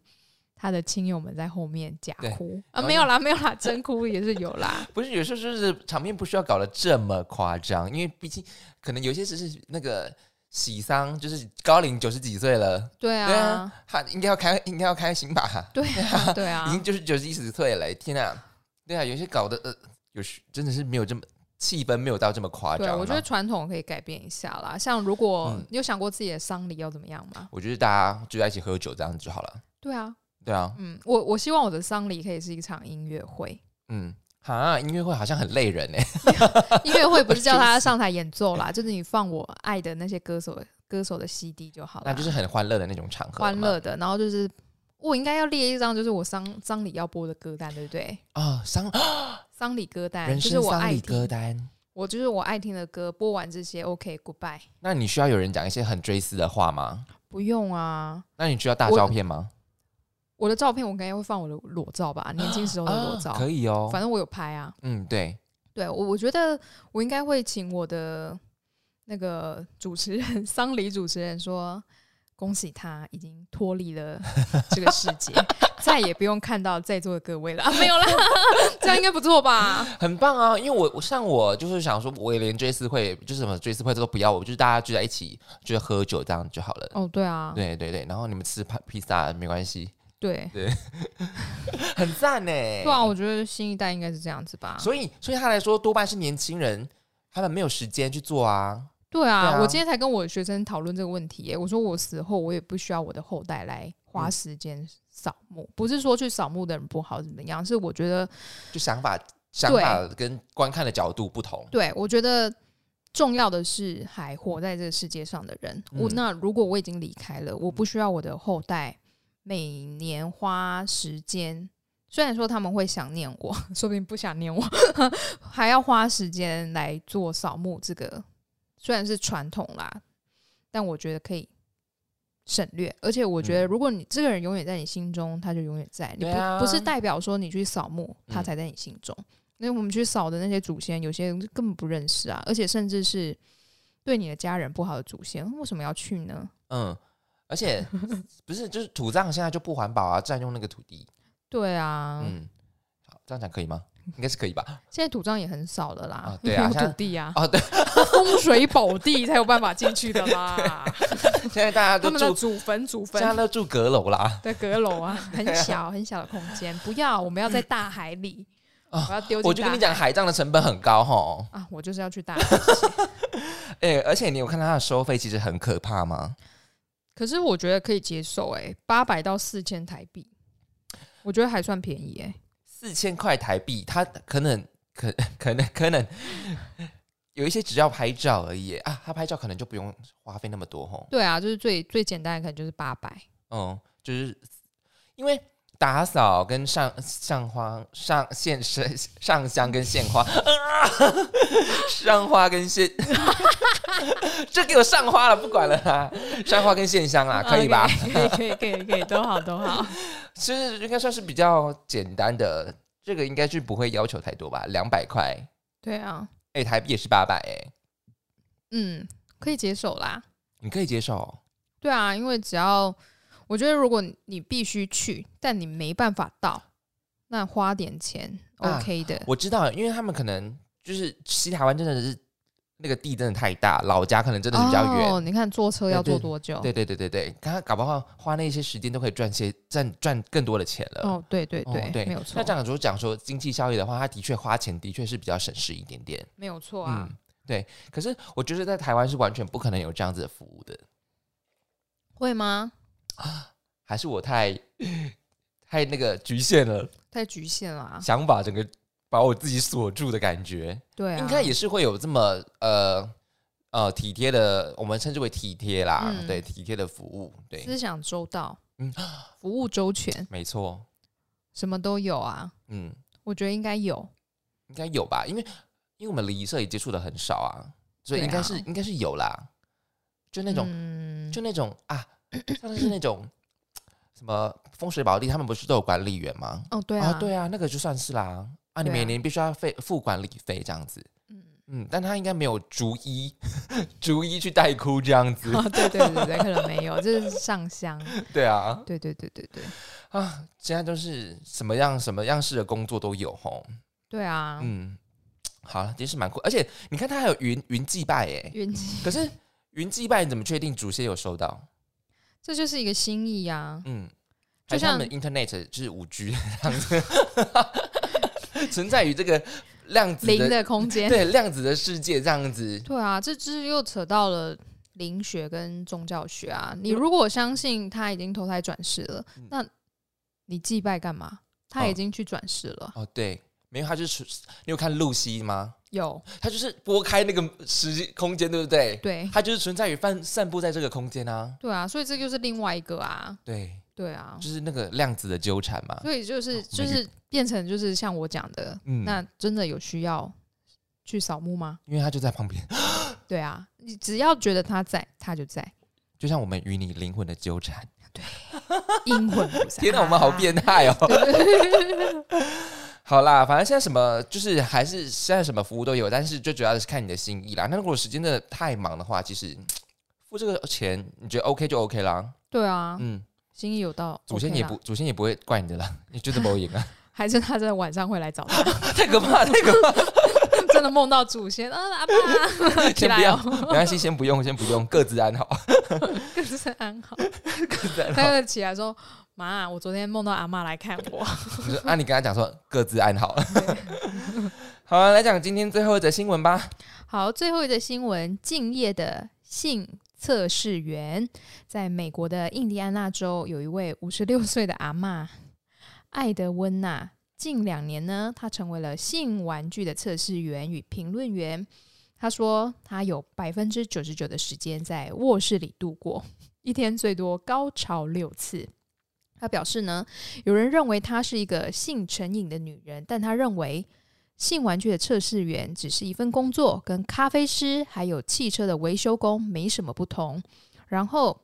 [SPEAKER 2] 他的亲友们在后面假
[SPEAKER 1] 对
[SPEAKER 2] 哭啊，
[SPEAKER 1] 然后
[SPEAKER 2] 没有啦，没有啦，真哭也是有
[SPEAKER 1] <laughs>
[SPEAKER 2] 啦。
[SPEAKER 1] 不是，有时候就是场面不需要搞得这么夸张，因为毕竟可能有些只是那个喜丧，就是高龄九十几岁了，
[SPEAKER 2] 对
[SPEAKER 1] 对
[SPEAKER 2] 啊
[SPEAKER 1] 啊，，他应该要开，应该要开心吧？
[SPEAKER 2] 对
[SPEAKER 1] <laughs>
[SPEAKER 2] 啊，对
[SPEAKER 1] 已经
[SPEAKER 2] 啊，
[SPEAKER 1] 就是九十一十岁了，天啊！对啊，有些搞得呃，有时真的是没有这么气氛，没有到这么夸
[SPEAKER 2] 对，
[SPEAKER 1] 张。啊
[SPEAKER 2] 我觉得，传统可以改变一下啦。像如果
[SPEAKER 1] 嗯
[SPEAKER 2] 你有想过自己的丧礼要怎么样吗？
[SPEAKER 1] 我觉得大家聚在一起喝酒这样就好了。
[SPEAKER 2] 对啊，
[SPEAKER 1] 对啊，
[SPEAKER 2] 嗯，我我希望我的丧礼可以是一场音乐会，
[SPEAKER 1] 嗯，啊，音乐会好像很累人哎。 <laughs>
[SPEAKER 2] 音乐会不是叫他上台演奏啦， <laughs> 就是你放我爱的那些歌手歌手的 CD 就好了，
[SPEAKER 1] 那就是很欢乐的那种场合嘛，
[SPEAKER 2] 欢乐的，然后就是。我应该要列一张，就是我丧丧礼要播的歌单，对不对？
[SPEAKER 1] 啊，丧
[SPEAKER 2] 丧礼歌单
[SPEAKER 1] 人
[SPEAKER 2] 哎就是
[SPEAKER 1] 生
[SPEAKER 2] 我
[SPEAKER 1] 丧
[SPEAKER 2] 爱
[SPEAKER 1] 礼歌
[SPEAKER 2] 听，
[SPEAKER 1] 单。
[SPEAKER 2] 我就是我爱听的歌。播完这些，OK，Goodbye，、
[SPEAKER 1] 那你需要有人讲一些很追思的话吗？
[SPEAKER 2] 不用啊。
[SPEAKER 1] 那你需要大
[SPEAKER 2] 我
[SPEAKER 1] 照片吗？
[SPEAKER 2] 我的照片我应该会放我的裸照吧，年轻时候的裸照，
[SPEAKER 1] 啊可以哦。
[SPEAKER 2] 反正我有拍啊。
[SPEAKER 1] 嗯，对，
[SPEAKER 2] 对我，我觉得我应该会请我的那个主持人， <laughs> 丧礼主持人说，恭喜他已经脱离了这个世 <laughs> 界，再也不用看到在座的各位了。啊、没有啦，这样应该不错吧？
[SPEAKER 1] 很棒啊！因为我我像我就是想说，我也连追思会就是什么追思会都不要，我就是大家聚在一起就是喝酒这样就好了。
[SPEAKER 2] <laughs> 哦，对啊，
[SPEAKER 1] 对对对，然后你们吃披萨啊没关系，
[SPEAKER 2] 对
[SPEAKER 1] 很赞呢。
[SPEAKER 2] 对啊，我觉得新一代应该是这样子吧。
[SPEAKER 1] 所以所以他来说，多半是年轻人，他们没有时间去做啊。
[SPEAKER 2] 对啊，
[SPEAKER 1] 对啊
[SPEAKER 2] 我今天才跟我的学生讨论这个问题耶。我说我死后，我也不需要我的后代来花
[SPEAKER 1] 嗯
[SPEAKER 2] 时间扫墓，不是说去扫墓的人不好怎么样，是我觉得，
[SPEAKER 1] 就想法想法跟观看的角度不同。
[SPEAKER 2] 对我觉得重要的是还活在这个世界上的人。我
[SPEAKER 1] 嗯
[SPEAKER 2] 那如果我已经离开了，我不需要我的后代每年花时间。虽然说他们会想念我， <laughs> 说不定不想念我， <laughs> 还要花时间来做扫墓这个，虽然是传统啦，但我觉得可以省略。而且我觉得，如果你这个人永远在你心中，他就永远在。你
[SPEAKER 1] 对
[SPEAKER 2] 不、
[SPEAKER 1] 啊
[SPEAKER 2] 不是代表说你去扫墓，他
[SPEAKER 1] 嗯
[SPEAKER 2] 才在你心中。因为我们去扫的那些祖先，有些人根本不认识啊，而且甚至是对你的家人不好的祖先，为什么要去呢？
[SPEAKER 1] 嗯，而
[SPEAKER 2] <laughs>
[SPEAKER 1] 且不是就是土葬现在就不环保啊，占用那个土地。
[SPEAKER 2] 对啊，
[SPEAKER 1] 嗯，好，这样讲可以吗？应该是可以吧？
[SPEAKER 2] 现在土葬也很少了啦，
[SPEAKER 1] 啊对
[SPEAKER 2] 因
[SPEAKER 1] 啊
[SPEAKER 2] 为
[SPEAKER 1] 现
[SPEAKER 2] 有
[SPEAKER 1] 在
[SPEAKER 2] 土地啊，
[SPEAKER 1] 哦，对，
[SPEAKER 2] 风水宝地才有办法
[SPEAKER 1] <laughs>
[SPEAKER 2] 进去的啦。
[SPEAKER 1] 现在大家
[SPEAKER 2] 他
[SPEAKER 1] 都
[SPEAKER 2] 们的
[SPEAKER 1] 住，
[SPEAKER 2] 祖坟、祖
[SPEAKER 1] 现在
[SPEAKER 2] 坟
[SPEAKER 1] 都住阁楼啦。
[SPEAKER 2] 的阁楼
[SPEAKER 1] <laughs>
[SPEAKER 2] 啊，很小很小的空间，不要，我们要在大海里，
[SPEAKER 1] 啊
[SPEAKER 2] 我要丢进大海。
[SPEAKER 1] 我就跟你讲，海葬的成本很高吼。
[SPEAKER 2] 啊，我就是要去大海。
[SPEAKER 1] 哎、而且你有看到它的收费其实很可怕吗？
[SPEAKER 2] 可是我觉得可以接受、哎，八百到四千台币，我觉得还算便宜、哎。
[SPEAKER 1] 四千块台币，它可能可 <laughs> 可能可能有一些只要拍照而已耶啊，他拍照可能就不用花费那么多吼。
[SPEAKER 2] 对啊，就是最最简单的可能就是八百。
[SPEAKER 1] 嗯，就是因为打扫跟上上花上献上上香跟献花， <laughs> 啊、上花跟献， <laughs> 这给我上花了，不管了啦，上花跟献香啦，啊可以吧？
[SPEAKER 2] 可以 <laughs> 可以可以可以，都好都好。
[SPEAKER 1] 其实应该算是比较简单的，这个应该是不会要求太多吧，两百块，
[SPEAKER 2] <laughs> 对啊，
[SPEAKER 1] 哎、台币也是八百，哎，
[SPEAKER 2] 嗯，可以接受啦。
[SPEAKER 1] 你可以接受。
[SPEAKER 2] 对啊，因为只要我觉得，如果你必须去，但你没办法到，那花点钱、
[SPEAKER 1] 啊
[SPEAKER 2] OK 的。
[SPEAKER 1] 我知道，因为他们可能就是西台湾真的是那个地真的太大，老家可能真的是比较远。
[SPEAKER 2] 哦，你看坐车要
[SPEAKER 1] 对
[SPEAKER 2] 坐
[SPEAKER 1] 对
[SPEAKER 2] 多久？
[SPEAKER 1] 对对对对对，他搞不好花那些时间都可以赚些赚赚更多的钱了。
[SPEAKER 2] 哦，对对
[SPEAKER 1] 哦
[SPEAKER 2] 对，
[SPEAKER 1] 对
[SPEAKER 2] 没有错
[SPEAKER 1] 那，这样如果讲说经济效益的话，他的确花钱的确是比较省事一点点。
[SPEAKER 2] 没有错啊。
[SPEAKER 1] 嗯，对。可是我觉得在台湾是完全不可能有这样子的服务的，
[SPEAKER 2] 会吗？
[SPEAKER 1] 还是我太 <laughs> 太那个局限了，
[SPEAKER 2] 太局限了、啊。
[SPEAKER 1] 想把整个把我自己锁住的感觉。
[SPEAKER 2] 对啊，
[SPEAKER 1] 应该也是会有这么呃呃体贴的，我们称之为体贴啦，
[SPEAKER 2] 嗯
[SPEAKER 1] 对体贴的服务，对，
[SPEAKER 2] 思想周到，
[SPEAKER 1] 嗯
[SPEAKER 2] 服务周全，
[SPEAKER 1] 没错，
[SPEAKER 2] 什么都有啊。
[SPEAKER 1] 嗯，
[SPEAKER 2] 我觉得应该有。
[SPEAKER 1] 应该有吧，因为因为我们离社也接触的很少啊，所以
[SPEAKER 2] 对啊
[SPEAKER 1] 应该是、应该是有啦，就那种、
[SPEAKER 2] 嗯
[SPEAKER 1] 就那种啊，像是那种 <clears throat> 什么风水宝地，他们不是都有管理员吗？
[SPEAKER 2] 哦，对啊，
[SPEAKER 1] 对啊，那个就算是啦，啊，你
[SPEAKER 2] 对啊
[SPEAKER 1] 每年必须要费付管理费这样子。
[SPEAKER 2] 嗯
[SPEAKER 1] 嗯，但他应该没有逐一 <laughs> 逐一去带哭这样子，
[SPEAKER 2] 啊，对对对对，可能没有，这是上香。
[SPEAKER 1] 对啊，
[SPEAKER 2] 对对对对对，
[SPEAKER 1] 啊，现在都是什么样什么样式的工作都有吼。嗯
[SPEAKER 2] 对啊，
[SPEAKER 1] 嗯，好，真是蛮酷，而且你看它还有云云祭拜哎，
[SPEAKER 2] 运气
[SPEAKER 1] 可是云祭拜你怎么确定祖先有收到？
[SPEAKER 2] 这就是一个心意啊。
[SPEAKER 1] 嗯，
[SPEAKER 2] 就
[SPEAKER 1] 还是他
[SPEAKER 2] 像
[SPEAKER 1] 们的 Internet 就是五 G 这样子， <laughs> 存在于这个量子
[SPEAKER 2] 零
[SPEAKER 1] 的
[SPEAKER 2] 的空间，
[SPEAKER 1] 对量子的世界这样子。
[SPEAKER 2] 对啊，这只又扯到了灵学跟宗教学啊。你
[SPEAKER 1] 因为
[SPEAKER 2] 如果相信他已经投胎转世了，
[SPEAKER 1] 嗯
[SPEAKER 2] 那你祭拜干嘛？他
[SPEAKER 1] 哦
[SPEAKER 2] 已经去转世了，
[SPEAKER 1] 哦，对，没有，他就是你有看露西吗？
[SPEAKER 2] 有
[SPEAKER 1] 他就是拨开那个时空间，对不对？
[SPEAKER 2] 对
[SPEAKER 1] 他就是存在于散散布在这个空间啊。
[SPEAKER 2] 对啊，所以这就是另外一个啊，
[SPEAKER 1] 对，
[SPEAKER 2] 对啊，
[SPEAKER 1] 就是那个量子的纠缠嘛。
[SPEAKER 2] 所以就是就
[SPEAKER 1] 我们
[SPEAKER 2] 是变成就是像我讲的，
[SPEAKER 1] 嗯，
[SPEAKER 2] 那真的有需要去扫墓吗？
[SPEAKER 1] 因为他就在旁边，
[SPEAKER 2] 对啊，你只要觉得他在，他
[SPEAKER 1] <laughs>
[SPEAKER 2] 就在，
[SPEAKER 1] 就像我们与你灵魂的纠缠。
[SPEAKER 2] 阴魂不散。
[SPEAKER 1] 天哪，我们好变态哦！
[SPEAKER 2] <laughs>
[SPEAKER 1] 好啦，反正现在什么就是还是现在什么服务都有，但是最主要的是看你的心意啦。那如果时间真的太忙的话，其实嗯付这个钱你觉得 OK 就 OK 啦。
[SPEAKER 2] 对啊，
[SPEAKER 1] 嗯，
[SPEAKER 2] 心意有到 OK 啦，
[SPEAKER 1] 祖先也不祖先也不会怪你的啦， <laughs> 你就是不赢
[SPEAKER 2] <laughs>
[SPEAKER 1] 啊，
[SPEAKER 2] 还是他在晚上会来找他， <laughs>
[SPEAKER 1] 太可怕，太可怕！
[SPEAKER 2] 真的梦到祖先啊，阿爸
[SPEAKER 1] <laughs>
[SPEAKER 2] 起
[SPEAKER 1] 先
[SPEAKER 2] 来
[SPEAKER 1] 不要，
[SPEAKER 2] 哦， <laughs>
[SPEAKER 1] 没关系，先不用，先不用，各自安好，
[SPEAKER 2] 更是安
[SPEAKER 1] <laughs>
[SPEAKER 2] 好。
[SPEAKER 1] 各自安好。
[SPEAKER 2] 他就起来说：“妈，我昨天梦到阿妈来看我。
[SPEAKER 1] 我说啊，你跟他讲说各自安
[SPEAKER 2] <laughs>
[SPEAKER 1] 好。好了，来讲今天最后一则新闻吧。”
[SPEAKER 2] 好，最后一则新闻，敬业的性测试员，在美国的印第安纳州，有一位五十六 <laughs> 岁的阿嬷艾德温娜。近两年呢，她成为了性玩具的测试员与评论员。她说，她有百分之九十九的时间在卧室里度过，一天最多高潮六次。她表示呢，有人认为她是一个性成瘾的女人，但她认为性玩具的测试员只是一份工作，跟咖啡师还有汽车的维修工没什么不同。然后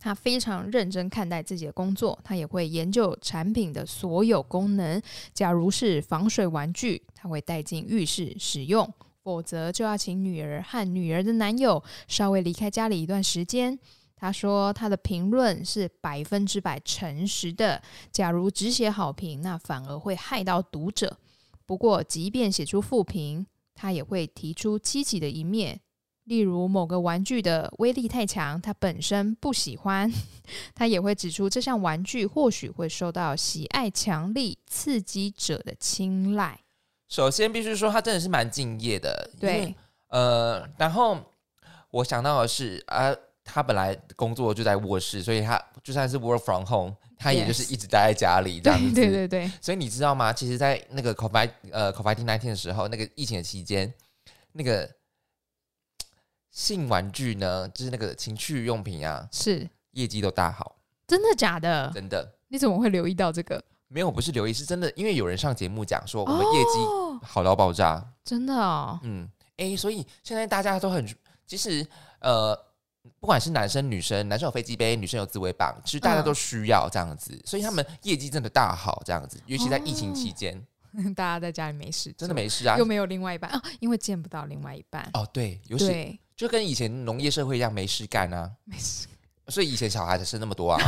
[SPEAKER 2] 他非常认真看待自己的工作，他也会研究产品的所有功能。假如是防水玩具，他会带进浴室使用；否则就要请女儿和女儿的男友稍微离开家里一段时间。他说他的评论是百分之百诚实的，假如只写好评，那反而会害到读者。不过，即便写出负评，他也会提出积极的一面，例如某个玩具的威力太强，他本身不喜欢，他也会指出这项玩具或许会受到喜爱强力刺激者的青睐。
[SPEAKER 1] 首先必须说，他真的是蛮敬业的，因为
[SPEAKER 2] 对，
[SPEAKER 1] 呃，然后我想到的是，啊，他本来工作就在卧室，所以他就算是 work from home，他也就是一直待在家里这样
[SPEAKER 2] 对
[SPEAKER 1] 子。
[SPEAKER 2] 对对对，
[SPEAKER 1] 所以你知道吗？其实，在那个 COVID 呃 COVID nineteen 的时候，那个疫情的期间，那个性玩具呢，就是那个情趣用品啊，
[SPEAKER 2] 是
[SPEAKER 1] 业绩都大好，
[SPEAKER 2] 真的假的？
[SPEAKER 1] 真的。
[SPEAKER 2] 你怎么会留意到这个？
[SPEAKER 1] 没有，不是留意，是真的，因为有人上节目讲说我们业绩
[SPEAKER 2] 哦、
[SPEAKER 1] 好到爆炸，
[SPEAKER 2] 真的哦，
[SPEAKER 1] 嗯，诶，所以现在大家都很，其实呃，不管是男生女生，男生有飞机杯，女生有自慰棒，其实大家
[SPEAKER 2] 嗯
[SPEAKER 1] 都需要这样子，所以他们业绩真的大好这样子，尤其在疫情期间，
[SPEAKER 2] <laughs> 大家在家里没事做，
[SPEAKER 1] 真的没事啊
[SPEAKER 2] 又。哦没有另外一半啊，因为见不到另外一半，
[SPEAKER 1] 哦，对，有时
[SPEAKER 2] 对，
[SPEAKER 1] 就跟以前农业社会一样没事干啊，
[SPEAKER 2] 没事。
[SPEAKER 1] 所以以前小孩才生那么
[SPEAKER 2] <laughs>
[SPEAKER 1] 多啊。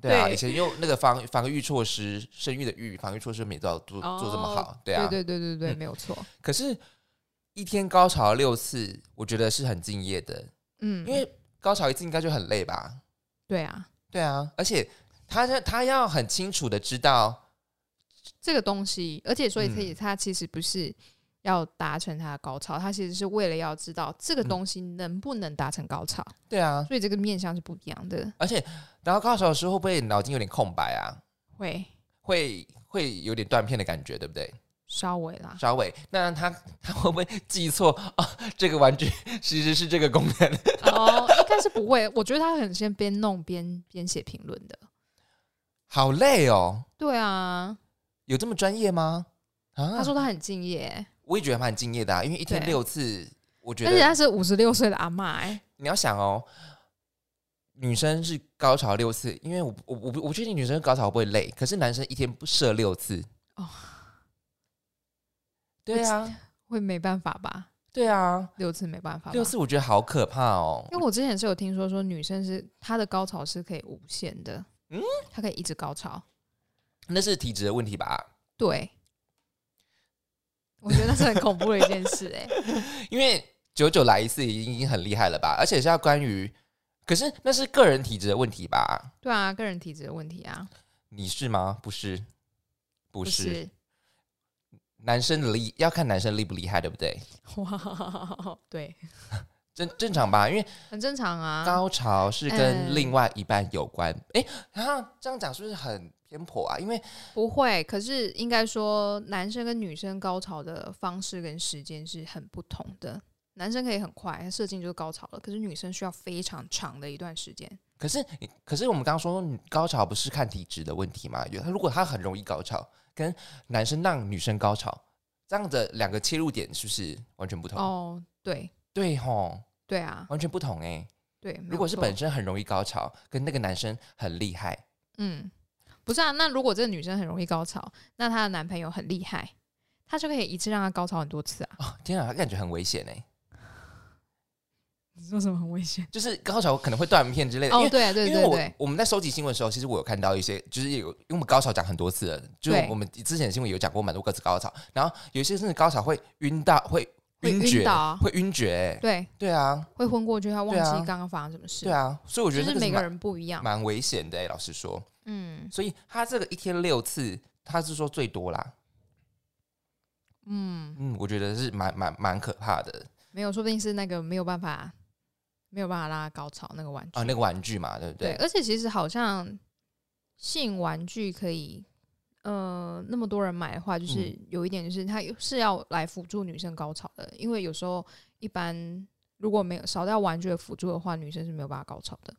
[SPEAKER 1] 对啊，
[SPEAKER 2] 对
[SPEAKER 1] 以前用那个防防御措施，生育的育防御措施没做到做做这么
[SPEAKER 2] 哦
[SPEAKER 1] 好，对啊。
[SPEAKER 2] 对对对对对，
[SPEAKER 1] 嗯
[SPEAKER 2] 没有错。
[SPEAKER 1] 可是，一天高潮六次，我觉得是很敬业的，
[SPEAKER 2] 嗯，
[SPEAKER 1] 因为高潮一次应该就很累吧。
[SPEAKER 2] 对啊，
[SPEAKER 1] 对啊，而且他要他要很清楚的知道，
[SPEAKER 2] 这个东西，而且所以
[SPEAKER 1] 嗯
[SPEAKER 2] 可以，它其实不是要达成它的高潮，它其实是为了要知道这个
[SPEAKER 1] 嗯
[SPEAKER 2] 东西能不能达成高潮，
[SPEAKER 1] 对啊，
[SPEAKER 2] 所以这个面向是不一样的。
[SPEAKER 1] 而且然后高潮的时候会不会脑筋有点空白啊？
[SPEAKER 2] 会
[SPEAKER 1] 会会有点断片的感觉，对不对？
[SPEAKER 2] 稍微啦，
[SPEAKER 1] 稍微，那他他会不会记错啊？这个玩具其实是这个功能，
[SPEAKER 2] <laughs> 哦，应该是不会。我觉得他可能先边弄边边写评论的。
[SPEAKER 1] 好累哦，
[SPEAKER 2] 对啊，嗯
[SPEAKER 1] 有这么专业吗？啊，
[SPEAKER 2] 他说他很敬业，
[SPEAKER 1] 我也觉得蛮敬业的、啊，因为一天
[SPEAKER 2] 对
[SPEAKER 1] 六次，我觉
[SPEAKER 2] 而且
[SPEAKER 1] 得
[SPEAKER 2] 他是五十六岁的阿嬷、欸，
[SPEAKER 1] 你要想哦，女生是高潮六次，因为我我我不我不确定女生高潮会不会累，可是男生一天不射六次
[SPEAKER 2] 哦
[SPEAKER 1] 对啊，
[SPEAKER 2] 会没办法吧？
[SPEAKER 1] 对啊，
[SPEAKER 2] 六次没办法吧，
[SPEAKER 1] 六次我觉得好可怕哦。
[SPEAKER 2] 因为我之前是有听说说女生是她的高潮是可以无限的，
[SPEAKER 1] 嗯
[SPEAKER 2] 嗯，她可以一直高潮。
[SPEAKER 1] 那是体质的问题吧？
[SPEAKER 2] <laughs> 对，我觉得那是很恐怖的一件事、欸，哎，
[SPEAKER 1] 因为久久来一次已经已经很厉害了吧？而且是要关于，可是那是个人体质的问题吧？
[SPEAKER 2] 对啊，个人体质的问题啊，
[SPEAKER 1] 你是吗？不是，不
[SPEAKER 2] 不
[SPEAKER 1] 是，男生的厉要看男生厉不厉害，对不对？
[SPEAKER 2] 哇，对，
[SPEAKER 1] 正正常吧，因为
[SPEAKER 2] 很正常啊。
[SPEAKER 1] 高潮是跟
[SPEAKER 2] 嗯
[SPEAKER 1] 另外一半有关。诶，啊，这样讲是不是很偏颇啊？因为
[SPEAKER 2] 不会，可是应该说，男生跟女生高潮的方式跟时间是很不同的。男生可以很快，射精就是高潮了，可是女生需要非常长的一段时间。
[SPEAKER 1] 可是你可是我们刚刚说女高潮不是看体质的问题嘛？有如果他很容易高潮，跟男生让女生高潮这样的两个切入点是不是完全不同？
[SPEAKER 2] 哦，对，
[SPEAKER 1] 对吼，
[SPEAKER 2] 对啊，
[SPEAKER 1] 完全不同诶。
[SPEAKER 2] 对。没
[SPEAKER 1] 如果
[SPEAKER 2] 有
[SPEAKER 1] 是
[SPEAKER 2] 错
[SPEAKER 1] 本身很容易高潮，跟那个男生很厉害，
[SPEAKER 2] 嗯，不是啊。那如果这个女生很容易高潮，那她的男朋友很厉害，她就可以一次让她高潮很多次啊。
[SPEAKER 1] 哦、天啊，感觉很危险诶。
[SPEAKER 2] 你说什么很危险？
[SPEAKER 1] 就是高潮可能会断片之类的。因
[SPEAKER 2] 哦，
[SPEAKER 1] 为
[SPEAKER 2] 对啊对
[SPEAKER 1] 因为
[SPEAKER 2] 对
[SPEAKER 1] 我
[SPEAKER 2] 对，
[SPEAKER 1] 我们在收集新闻的时候，其实我有看到一些，就是有因为我们高潮讲很多次了，就是
[SPEAKER 2] 对
[SPEAKER 1] 我们之前的新闻有讲过蛮多个次高潮，然后有一些甚至高潮会晕到，会
[SPEAKER 2] 会
[SPEAKER 1] 晕
[SPEAKER 2] 晕
[SPEAKER 1] 厥，
[SPEAKER 2] 倒啊
[SPEAKER 1] 会晕厥、欸
[SPEAKER 2] 对，
[SPEAKER 1] 对啊，
[SPEAKER 2] 会昏过去，她忘
[SPEAKER 1] 对啊
[SPEAKER 2] 记刚刚发生什么事。
[SPEAKER 1] 对啊，所以我觉
[SPEAKER 2] 就
[SPEAKER 1] 得
[SPEAKER 2] 是
[SPEAKER 1] 这
[SPEAKER 2] 每
[SPEAKER 1] 是
[SPEAKER 2] 个
[SPEAKER 1] 蛮
[SPEAKER 2] 人不一样。
[SPEAKER 1] 蛮危险的、欸。老实说，
[SPEAKER 2] 嗯
[SPEAKER 1] 所以他这个一天六次，他是说最多啦。
[SPEAKER 2] 嗯，
[SPEAKER 1] 嗯，我觉得是蛮蛮蛮可怕的
[SPEAKER 2] 没有，说不定是那个没有办法，没有办法拉高潮那个玩具。
[SPEAKER 1] 啊、那个玩具嘛，对不对？
[SPEAKER 2] 对，而且其实好像性玩具可以，呃，那么多人买的
[SPEAKER 1] 嗯
[SPEAKER 2] 话，就是有一点就是它有是要来辅助女生高潮的，因为有时候一般如果没有少掉玩具的辅助的话，女生是没有办法高潮的，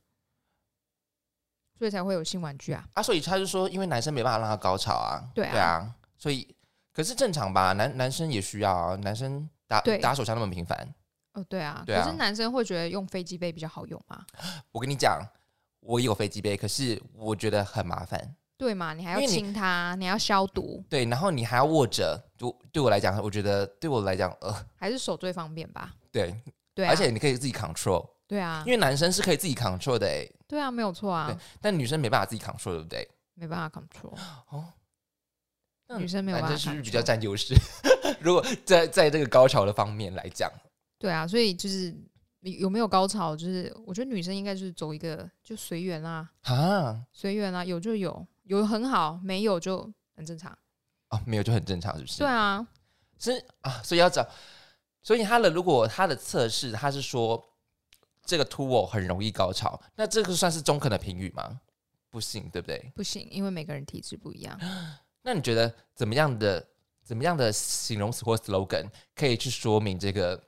[SPEAKER 2] 所以才会有性玩具啊。
[SPEAKER 1] 啊，所以他就说，因为男生没办法让他高潮啊，
[SPEAKER 2] 对啊
[SPEAKER 1] 所以可是正常吧，男男生也需要啊，男生打
[SPEAKER 2] 对
[SPEAKER 1] 打手枪那么频繁，
[SPEAKER 2] 哦，对啊，
[SPEAKER 1] 对啊
[SPEAKER 2] 可是男生会觉得用飞机杯比较好用嘛？
[SPEAKER 1] 我跟你讲，我有飞机杯，可是我觉得很麻烦，
[SPEAKER 2] 对嘛？你还要
[SPEAKER 1] 因为你
[SPEAKER 2] 清它，你还要消毒，
[SPEAKER 1] 对，然后你还要握着，就对我来讲，我觉得对我来讲，呃，
[SPEAKER 2] 还是手最方便吧？
[SPEAKER 1] 对，
[SPEAKER 2] 对啊，
[SPEAKER 1] 而且你可以自己 control，
[SPEAKER 2] 对啊
[SPEAKER 1] 因，为男生是可以自己 control 的、欸，
[SPEAKER 2] 对啊，没有错啊
[SPEAKER 1] 对，但女生没办法自己 control，对不对？
[SPEAKER 2] 没办法 control。
[SPEAKER 1] 哦，那
[SPEAKER 2] 女生没有
[SPEAKER 1] 男
[SPEAKER 2] 办法
[SPEAKER 1] 生是不是比
[SPEAKER 2] control。
[SPEAKER 1] 较占优势？如果 <laughs> 在在这个高潮的方面来讲，
[SPEAKER 2] 对啊，所以就是你有没有高潮，就是我觉得女生应该就是走一个就随缘啦，
[SPEAKER 1] 啊，
[SPEAKER 2] 随缘啦，有就有，有很好，没有就很正常。
[SPEAKER 1] 哦，没有就很正常，是不是？
[SPEAKER 2] 对啊，
[SPEAKER 1] 是啊，所以要找，所以他的如果他的测试他是说这个 two 偶很容易高潮，那这个算是中肯的评语吗？不行，对不对？
[SPEAKER 2] 不行，因为每个人体质不一样。
[SPEAKER 1] 那你觉得怎么样的怎么样的形容词或 slogan 可以去说明这个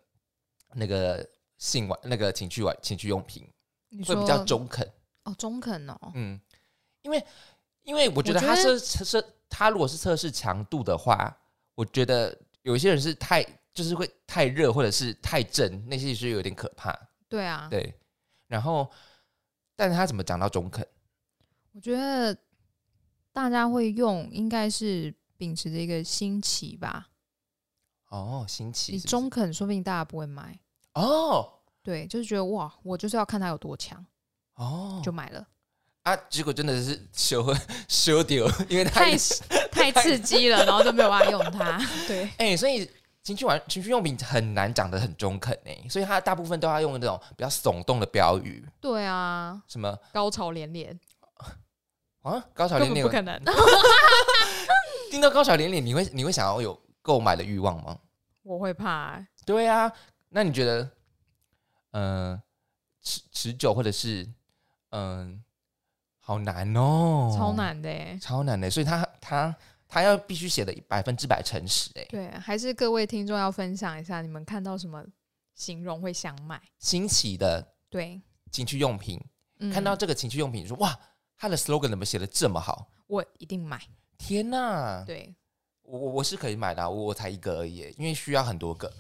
[SPEAKER 1] 那个性玩那个情趣玩情趣用品
[SPEAKER 2] 你
[SPEAKER 1] 会
[SPEAKER 2] 说
[SPEAKER 1] 比较中肯？
[SPEAKER 2] 哦，中肯哦，
[SPEAKER 1] 嗯，因为因为我觉得
[SPEAKER 2] 我觉
[SPEAKER 1] 他
[SPEAKER 2] 得
[SPEAKER 1] 测测测他如果是测试强度的话，我觉得有一些人是太就是会太热或者是太正，那些是有点可怕。
[SPEAKER 2] 对啊，
[SPEAKER 1] 对，然后但是他怎么讲到中肯？
[SPEAKER 2] 我觉得大家会用，应该是秉持着一个新奇吧。
[SPEAKER 1] 哦，新奇
[SPEAKER 2] 你
[SPEAKER 1] 是不是
[SPEAKER 2] 中肯，说不定大家不会买。
[SPEAKER 1] 哦
[SPEAKER 2] 对，就是觉得哇，我就是要看它有多强，
[SPEAKER 1] 哦
[SPEAKER 2] 就买了。
[SPEAKER 1] 啊，结果真的是修 <laughs> 修丢，因为他
[SPEAKER 2] 太 <laughs> 太刺激了，然后就没有办法用它。 <laughs> 对，
[SPEAKER 1] 哎、所以情趣玩情趣用品很难讲的很中肯哎、所以他大部分都要用那种比较耸动的标语，
[SPEAKER 2] 对啊，
[SPEAKER 1] 什么
[SPEAKER 2] 高潮连连，
[SPEAKER 1] 啊高潮连
[SPEAKER 2] 根本
[SPEAKER 1] 连
[SPEAKER 2] 不可能。
[SPEAKER 1] 听到高潮连连，你会你会想要有购买的欲望吗？
[SPEAKER 2] <laughs> 我会怕、欸，
[SPEAKER 1] 对啊，那你觉得，呃，持持久或者是嗯、好难哦，
[SPEAKER 2] 超，难的、欸。
[SPEAKER 1] 超难的，所以他他他要必须写的百分之百诚实哎，
[SPEAKER 2] 对，还是各位听众要分享一下，你们看到什么形容会想买？
[SPEAKER 1] 新奇的
[SPEAKER 2] 对，
[SPEAKER 1] 情趣用品，
[SPEAKER 2] 嗯
[SPEAKER 1] 看到这个情趣用品，你说哇，他的 slogan 怎么写的这么好？
[SPEAKER 2] 我一定买。
[SPEAKER 1] 天呐，
[SPEAKER 2] 对，
[SPEAKER 1] 我我我是可以买的啊、我我才一个而已耶，因为需要很多个，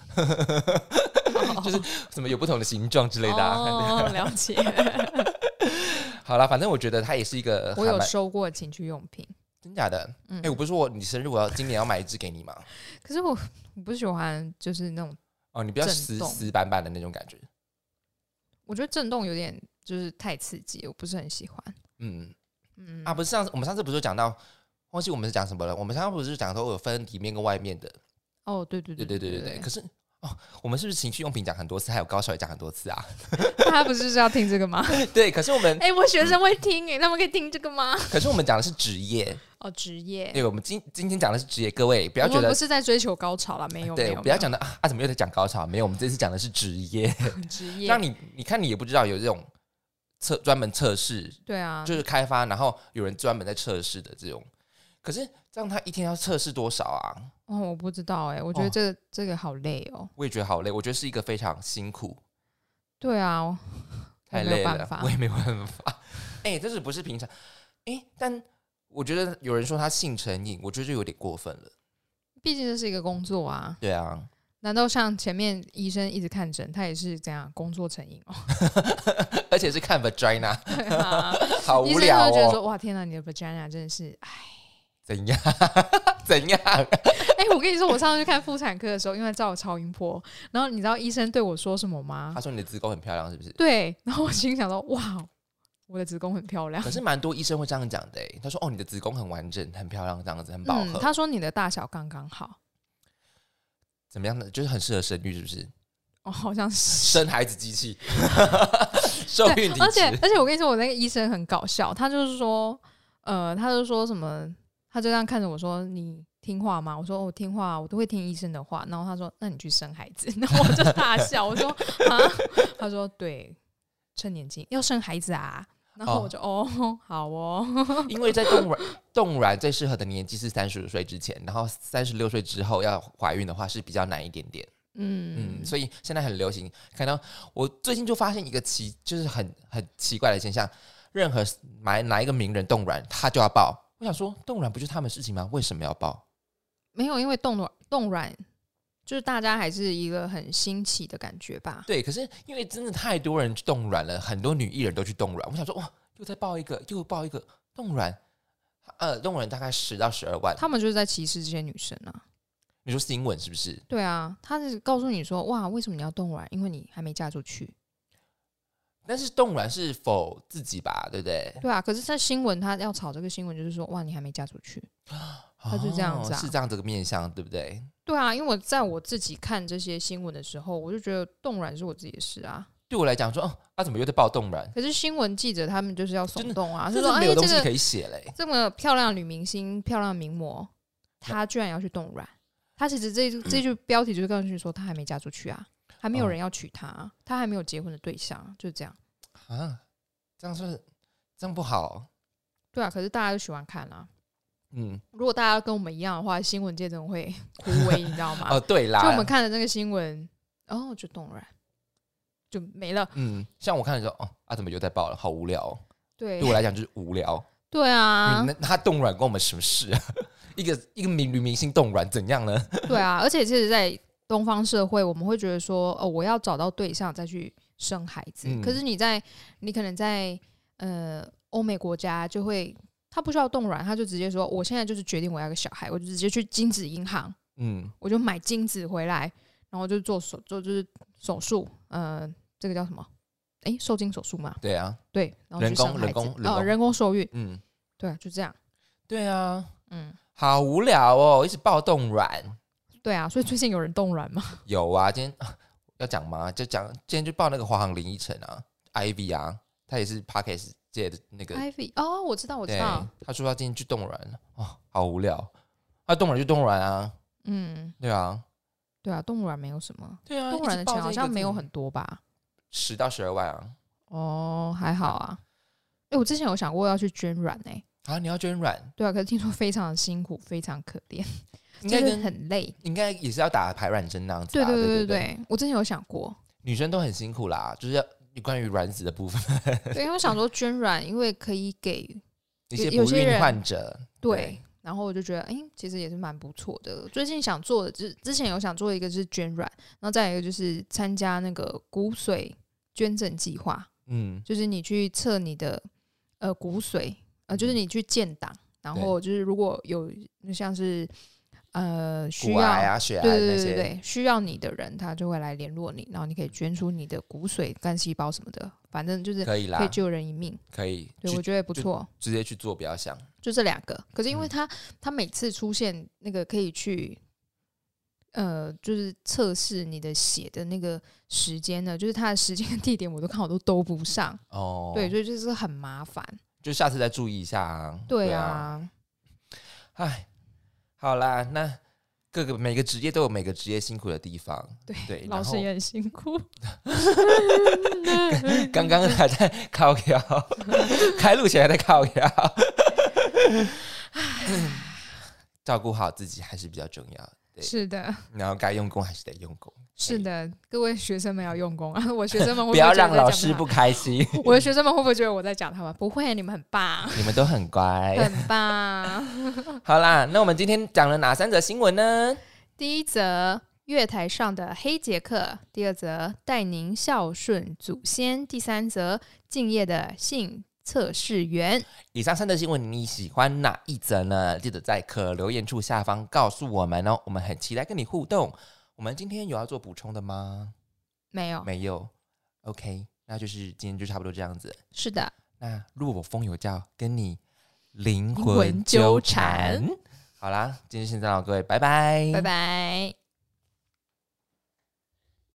[SPEAKER 1] <laughs> 就是什么有不同的形状之类的、啊。
[SPEAKER 2] 哦，了解。
[SPEAKER 1] <laughs> 好了，反正我觉得它也是一个
[SPEAKER 2] 我
[SPEAKER 1] 还
[SPEAKER 2] 有
[SPEAKER 1] 蛮
[SPEAKER 2] 收过情趣用品，
[SPEAKER 1] 真假的。哎、
[SPEAKER 2] 嗯，
[SPEAKER 1] 我不是说我你生日我要今年要买一支给你吗？
[SPEAKER 2] 可是我我不喜欢，就是那种
[SPEAKER 1] 哦，你不要
[SPEAKER 2] 震
[SPEAKER 1] 死
[SPEAKER 2] 动
[SPEAKER 1] 死板板的那种感觉。
[SPEAKER 2] 我觉得震动有点就是太刺激，我不是很喜欢。
[SPEAKER 1] 嗯
[SPEAKER 2] 嗯
[SPEAKER 1] 啊，不是上次我们上次不是有讲到，忘记我们是讲什么了？我们上次不是讲说我有分里面跟外面的，
[SPEAKER 2] 哦，对对
[SPEAKER 1] 对
[SPEAKER 2] 对
[SPEAKER 1] 对对对对。
[SPEAKER 2] 对
[SPEAKER 1] 可是哦我们是不是情趣用品讲很多次，还有高潮也讲很多次啊？ <laughs>
[SPEAKER 2] 大家不是就是要听这个吗？
[SPEAKER 1] 对，可是我
[SPEAKER 2] <laughs>
[SPEAKER 1] 们，
[SPEAKER 2] 哎、我学生会听哎，他们可以听这个吗？
[SPEAKER 1] 可是我们讲的是职业，
[SPEAKER 2] <laughs> 哦，职业，
[SPEAKER 1] 对，我们今今天讲的是职业，各位不
[SPEAKER 2] 不
[SPEAKER 1] 要觉
[SPEAKER 2] 我们
[SPEAKER 1] 得
[SPEAKER 2] 不，是在追求高潮了，没有，没
[SPEAKER 1] 对，
[SPEAKER 2] 有，
[SPEAKER 1] 不要
[SPEAKER 2] 没
[SPEAKER 1] 讲的啊啊，怎么又在讲高潮？没有，我们这次讲的是职业，
[SPEAKER 2] 有职业，
[SPEAKER 1] <laughs> 让你你看你也不知道有这种测专门测试
[SPEAKER 2] 对啊，
[SPEAKER 1] 就是开发，然后有人专门在测试的这种。可是这样他一天要测试多少啊？
[SPEAKER 2] 哦，我不知道哎，我觉得
[SPEAKER 1] 哦
[SPEAKER 2] 这个、这个好累哦，
[SPEAKER 1] 我也觉得好累，我觉得是一个非常辛苦，
[SPEAKER 2] 对啊，我
[SPEAKER 1] 太
[SPEAKER 2] 没
[SPEAKER 1] 累
[SPEAKER 2] 有
[SPEAKER 1] 了
[SPEAKER 2] 办，法
[SPEAKER 1] 我，也没有办法。 <laughs> 哎、这是不是平常？哎、但我觉得有人说他性成瘾，我觉得就有点过分了。
[SPEAKER 2] 毕竟这是一个工作啊，
[SPEAKER 1] 对啊， <laughs>
[SPEAKER 2] 难道像前面医生一直看诊，他也是这样工作成瘾
[SPEAKER 1] <laughs>
[SPEAKER 2] 哦？
[SPEAKER 1] 而且是看 vagina，
[SPEAKER 2] 对啊，
[SPEAKER 1] 好
[SPEAKER 2] 医
[SPEAKER 1] 无
[SPEAKER 2] 生就
[SPEAKER 1] 聊
[SPEAKER 2] 会觉得
[SPEAKER 1] 哦。
[SPEAKER 2] 说，哇，天哪，你的 vagina 真的是，哎，
[SPEAKER 1] 怎样？ <laughs> 怎样？
[SPEAKER 2] 哎、我跟你说，我上次去看妇产科的时候，因为照我超音波，然后你知道医生对我说什么吗
[SPEAKER 1] 他？说你的子宫很漂亮，
[SPEAKER 2] <laughs>
[SPEAKER 1] 是不是？
[SPEAKER 2] 对，然后我心想说，哇，哦我的子宫很漂亮
[SPEAKER 1] 可。是蛮多医生会这样讲的、哎，他说：“哦，你的子宫很完整，很漂亮，这样子很饱和，
[SPEAKER 2] 嗯他说你的大小刚刚好，
[SPEAKER 1] 怎么样的？就是很适合生育，是不是？
[SPEAKER 2] 哦，好
[SPEAKER 1] <laughs>
[SPEAKER 2] 像是。
[SPEAKER 1] 生孩子机器，受
[SPEAKER 2] 对
[SPEAKER 1] 孕，体
[SPEAKER 2] 而且
[SPEAKER 1] 质。
[SPEAKER 2] 而且我跟你说，我那个医生很搞笑，他就是说，呃，他就说什么，他就这样看着我说，你听话吗？我说我、哦、听话，我都会听医生的话。然后他说，那你去生孩子。 <laughs> 然后我就大笑，我说啊， <laughs> 他说对，趁年轻要生孩子啊。然后我就哦好哦， <laughs>
[SPEAKER 1] 因为在冻卵冻卵最适合的年纪是三十五岁之前，然后三十六岁之后要怀孕的话是比较难一点点。
[SPEAKER 2] 嗯
[SPEAKER 1] 嗯，所以现在很流行看到我最近就发现一个奇，就是很很奇怪的现象，任何买哪一个名人冻卵，他就要报。我想说，冻卵不就是他们的事情吗？为什么要报？
[SPEAKER 2] 没有，因为冻卵冻卵就是大家还是一个很新奇的感觉吧。
[SPEAKER 1] 对，可是因为真的太多人去冻卵了，很多女艺人都去冻卵。我想说，哇，又再报一个，又报一个冻卵，呃，冻卵大概十到十二万。
[SPEAKER 2] 他们就是在歧视这些女生啊。
[SPEAKER 1] 你说新闻是不是？
[SPEAKER 2] 对啊，他是告诉你说，哇，为什么你要冻卵？因为你还没嫁出去。
[SPEAKER 1] 但是冻卵是否自己吧，对不对？
[SPEAKER 2] 对啊，可是，在新闻他要炒这个新闻，就是说，哇，你还没嫁出去。他就这样子啊
[SPEAKER 1] 哦是这样子个面相，对不对？
[SPEAKER 2] 对啊，因为我在我自己看这些新闻的时候，我就觉得冻卵是我自己的事啊。
[SPEAKER 1] 对我来讲说，哦，他、怎么又在报冻卵？
[SPEAKER 2] 可是新闻记者他们就是要
[SPEAKER 1] 真
[SPEAKER 2] 耸
[SPEAKER 1] 的
[SPEAKER 2] 动啊，就
[SPEAKER 1] 真
[SPEAKER 2] 说，
[SPEAKER 1] 的
[SPEAKER 2] 哎
[SPEAKER 1] 没有，
[SPEAKER 2] 这
[SPEAKER 1] 东西可
[SPEAKER 2] 个
[SPEAKER 1] 以写嘞、
[SPEAKER 2] 这么漂亮的女明星、漂亮的名模，她居然要去冻卵。她其实这一这句标题就是告诉你说，她还没嫁出去啊，还没有
[SPEAKER 1] 嗯哦
[SPEAKER 2] 人要娶她啊，她还没有结婚的对象啊，就这样。
[SPEAKER 1] 啊，这样是这样不好。
[SPEAKER 2] 对啊，可是大家都喜欢看啊。
[SPEAKER 1] 嗯，
[SPEAKER 2] 如果大家跟我们一样的话，新闻界真的会 <laughs> 枯萎，你知道吗？
[SPEAKER 1] 哦，对啦，
[SPEAKER 2] 啊就我们看的那个新闻，哦，就冻然就没了。
[SPEAKER 1] 嗯，像我看的时候，哦，啊，怎么又在报了？好无聊、哦，
[SPEAKER 2] 对
[SPEAKER 1] 对我来讲就是无聊。
[SPEAKER 2] 对啊
[SPEAKER 1] 嗯，那他冻卵关我们什么事 <laughs> 啊？一个一个名女明星冻卵怎样呢？ <laughs>
[SPEAKER 2] 对啊，而且其实，在东方社会，我们会觉得说，哦，我要找到对象再去生孩子。
[SPEAKER 1] 嗯
[SPEAKER 2] 可是你在，你可能在呃欧美国家就会。他不需要冻卵，他就直接说：“我现在就是决定我要个小孩，我就直接去精子银行，
[SPEAKER 1] 嗯，
[SPEAKER 2] 我就买精子回来，然后就做手做就是手术，呃，这个叫什么？诶，受精手术嘛，
[SPEAKER 1] 对啊，
[SPEAKER 2] 对，然后去
[SPEAKER 1] 人工
[SPEAKER 2] 生孩
[SPEAKER 1] 人
[SPEAKER 2] 子
[SPEAKER 1] 工人
[SPEAKER 2] 呃
[SPEAKER 1] 工
[SPEAKER 2] 人工受孕，
[SPEAKER 1] 嗯，
[SPEAKER 2] 对，啊就这样，
[SPEAKER 1] 对啊，
[SPEAKER 2] 嗯，
[SPEAKER 1] 好无聊哦，一直报冻卵。
[SPEAKER 2] 对啊，所以最近有人冻卵吗？
[SPEAKER 1] 有啊，今天、啊要讲吗？就讲今天就报那个华航林依晨啊，Ivy 啊，他也是 Parkes 界的那个
[SPEAKER 2] Ivy，哦，我知道，我知
[SPEAKER 1] 对
[SPEAKER 2] 道，，
[SPEAKER 1] 他说他今天去冻卵，哦，好无聊。他冻卵就冻卵啊，
[SPEAKER 2] 嗯，
[SPEAKER 1] 对啊，
[SPEAKER 2] 对啊，冻卵没有什么，
[SPEAKER 1] 对啊
[SPEAKER 2] 冻卵的钱好像没有很多吧？
[SPEAKER 1] 十到十二万啊。
[SPEAKER 2] 哦，还好啊。诶，我之前有想过要去捐卵诶，
[SPEAKER 1] 啊，你要捐卵，
[SPEAKER 2] 对啊，可是听说非常辛苦，非常可 <laughs> 怜，
[SPEAKER 1] 应
[SPEAKER 2] 就
[SPEAKER 1] 该
[SPEAKER 2] 是
[SPEAKER 1] 跟
[SPEAKER 2] 很累。
[SPEAKER 1] 应该也是要打排卵针那样子
[SPEAKER 2] 对
[SPEAKER 1] 吧？
[SPEAKER 2] 对
[SPEAKER 1] 对
[SPEAKER 2] 对对
[SPEAKER 1] 对，
[SPEAKER 2] 对，我之前有想 <laughs> 过，
[SPEAKER 1] 女生都很辛苦啦，就是要关于卵子的部分，
[SPEAKER 2] 对，因为我想说捐卵，因为可以给
[SPEAKER 1] 一些
[SPEAKER 2] 有
[SPEAKER 1] 不
[SPEAKER 2] 些
[SPEAKER 1] 孕
[SPEAKER 2] 人
[SPEAKER 1] 患者，
[SPEAKER 2] 对，然后我就觉得，哎、其实也是蛮不错的。最近想做的，就是之前有想做一个就是捐卵，然后再一个就是参加那个骨髓捐赠计划，
[SPEAKER 1] 嗯，
[SPEAKER 2] 就是你去测你的呃骨髓，呃，就是
[SPEAKER 1] 嗯
[SPEAKER 2] 你去建档，然后就是如果有像是呃需
[SPEAKER 1] 骨
[SPEAKER 2] 要、
[SPEAKER 1] 癌啊、血癌
[SPEAKER 2] 对对
[SPEAKER 1] 那
[SPEAKER 2] 对对
[SPEAKER 1] 些，
[SPEAKER 2] 对，需要你的人他就会来联络你，然后你可以捐出你的骨髓、干细胞什么的，反正就是
[SPEAKER 1] 可以
[SPEAKER 2] 可以
[SPEAKER 1] 啦，
[SPEAKER 2] 救人一命。
[SPEAKER 1] 可以
[SPEAKER 2] 对，我
[SPEAKER 1] 去
[SPEAKER 2] 觉得不
[SPEAKER 1] 就
[SPEAKER 2] 错。
[SPEAKER 1] 直接去做，不要想。
[SPEAKER 2] 就这两个。可是因为
[SPEAKER 1] 嗯
[SPEAKER 2] 他、他每次出现那个可以去呃，就是测试你的写的那个时间呢，就是它的时间跟 <laughs> 地点我都看我都兜不上，
[SPEAKER 1] 哦，
[SPEAKER 2] 对，，所以就是很麻烦。
[SPEAKER 1] 就下次再注意一下啊。
[SPEAKER 2] 对，啊，
[SPEAKER 1] 哎，好啦，那各个每个职业都有每个职业辛苦的地方。
[SPEAKER 2] 对
[SPEAKER 1] 对，然
[SPEAKER 2] 老
[SPEAKER 1] 后
[SPEAKER 2] 师也很辛 <laughs> 苦。
[SPEAKER 1] 刚刚还在靠腰，开路前还在靠腰。照顾好自己还是比较重要的，对
[SPEAKER 2] 是的，
[SPEAKER 1] 然后该用功还是得用功，
[SPEAKER 2] 是的，各位学生们要用功啊！我学生们会
[SPEAKER 1] 不
[SPEAKER 2] 会
[SPEAKER 1] 要
[SPEAKER 2] 觉得
[SPEAKER 1] 让
[SPEAKER 2] 我在
[SPEAKER 1] 老
[SPEAKER 2] 讲
[SPEAKER 1] 师
[SPEAKER 2] 他
[SPEAKER 1] 不开心。
[SPEAKER 2] 我的学生们会不会觉得我在讲他们？不会，你们很棒，
[SPEAKER 1] 你们都很乖。
[SPEAKER 2] 很棒。
[SPEAKER 1] 好啦，那我们今天讲了哪三则新闻呢？
[SPEAKER 2] 第一则，月台上的黑杰克；第二则，带您孝顺祖先；第三则，敬业的性测试员。
[SPEAKER 1] 以上三则新闻你喜欢哪一则呢？记得在可留言处下方告诉我们哦，我们很期待跟你互动。我们今天有要做补充的吗？
[SPEAKER 2] 没有，
[SPEAKER 1] 没有。OK，那就是今天就差不多这样子。
[SPEAKER 2] 是的，
[SPEAKER 1] 那如果风有教，跟你灵
[SPEAKER 2] 魂
[SPEAKER 1] 魂
[SPEAKER 2] 纠
[SPEAKER 1] 纠缠。好啦，今天先这样，各位，拜拜，
[SPEAKER 2] 拜拜。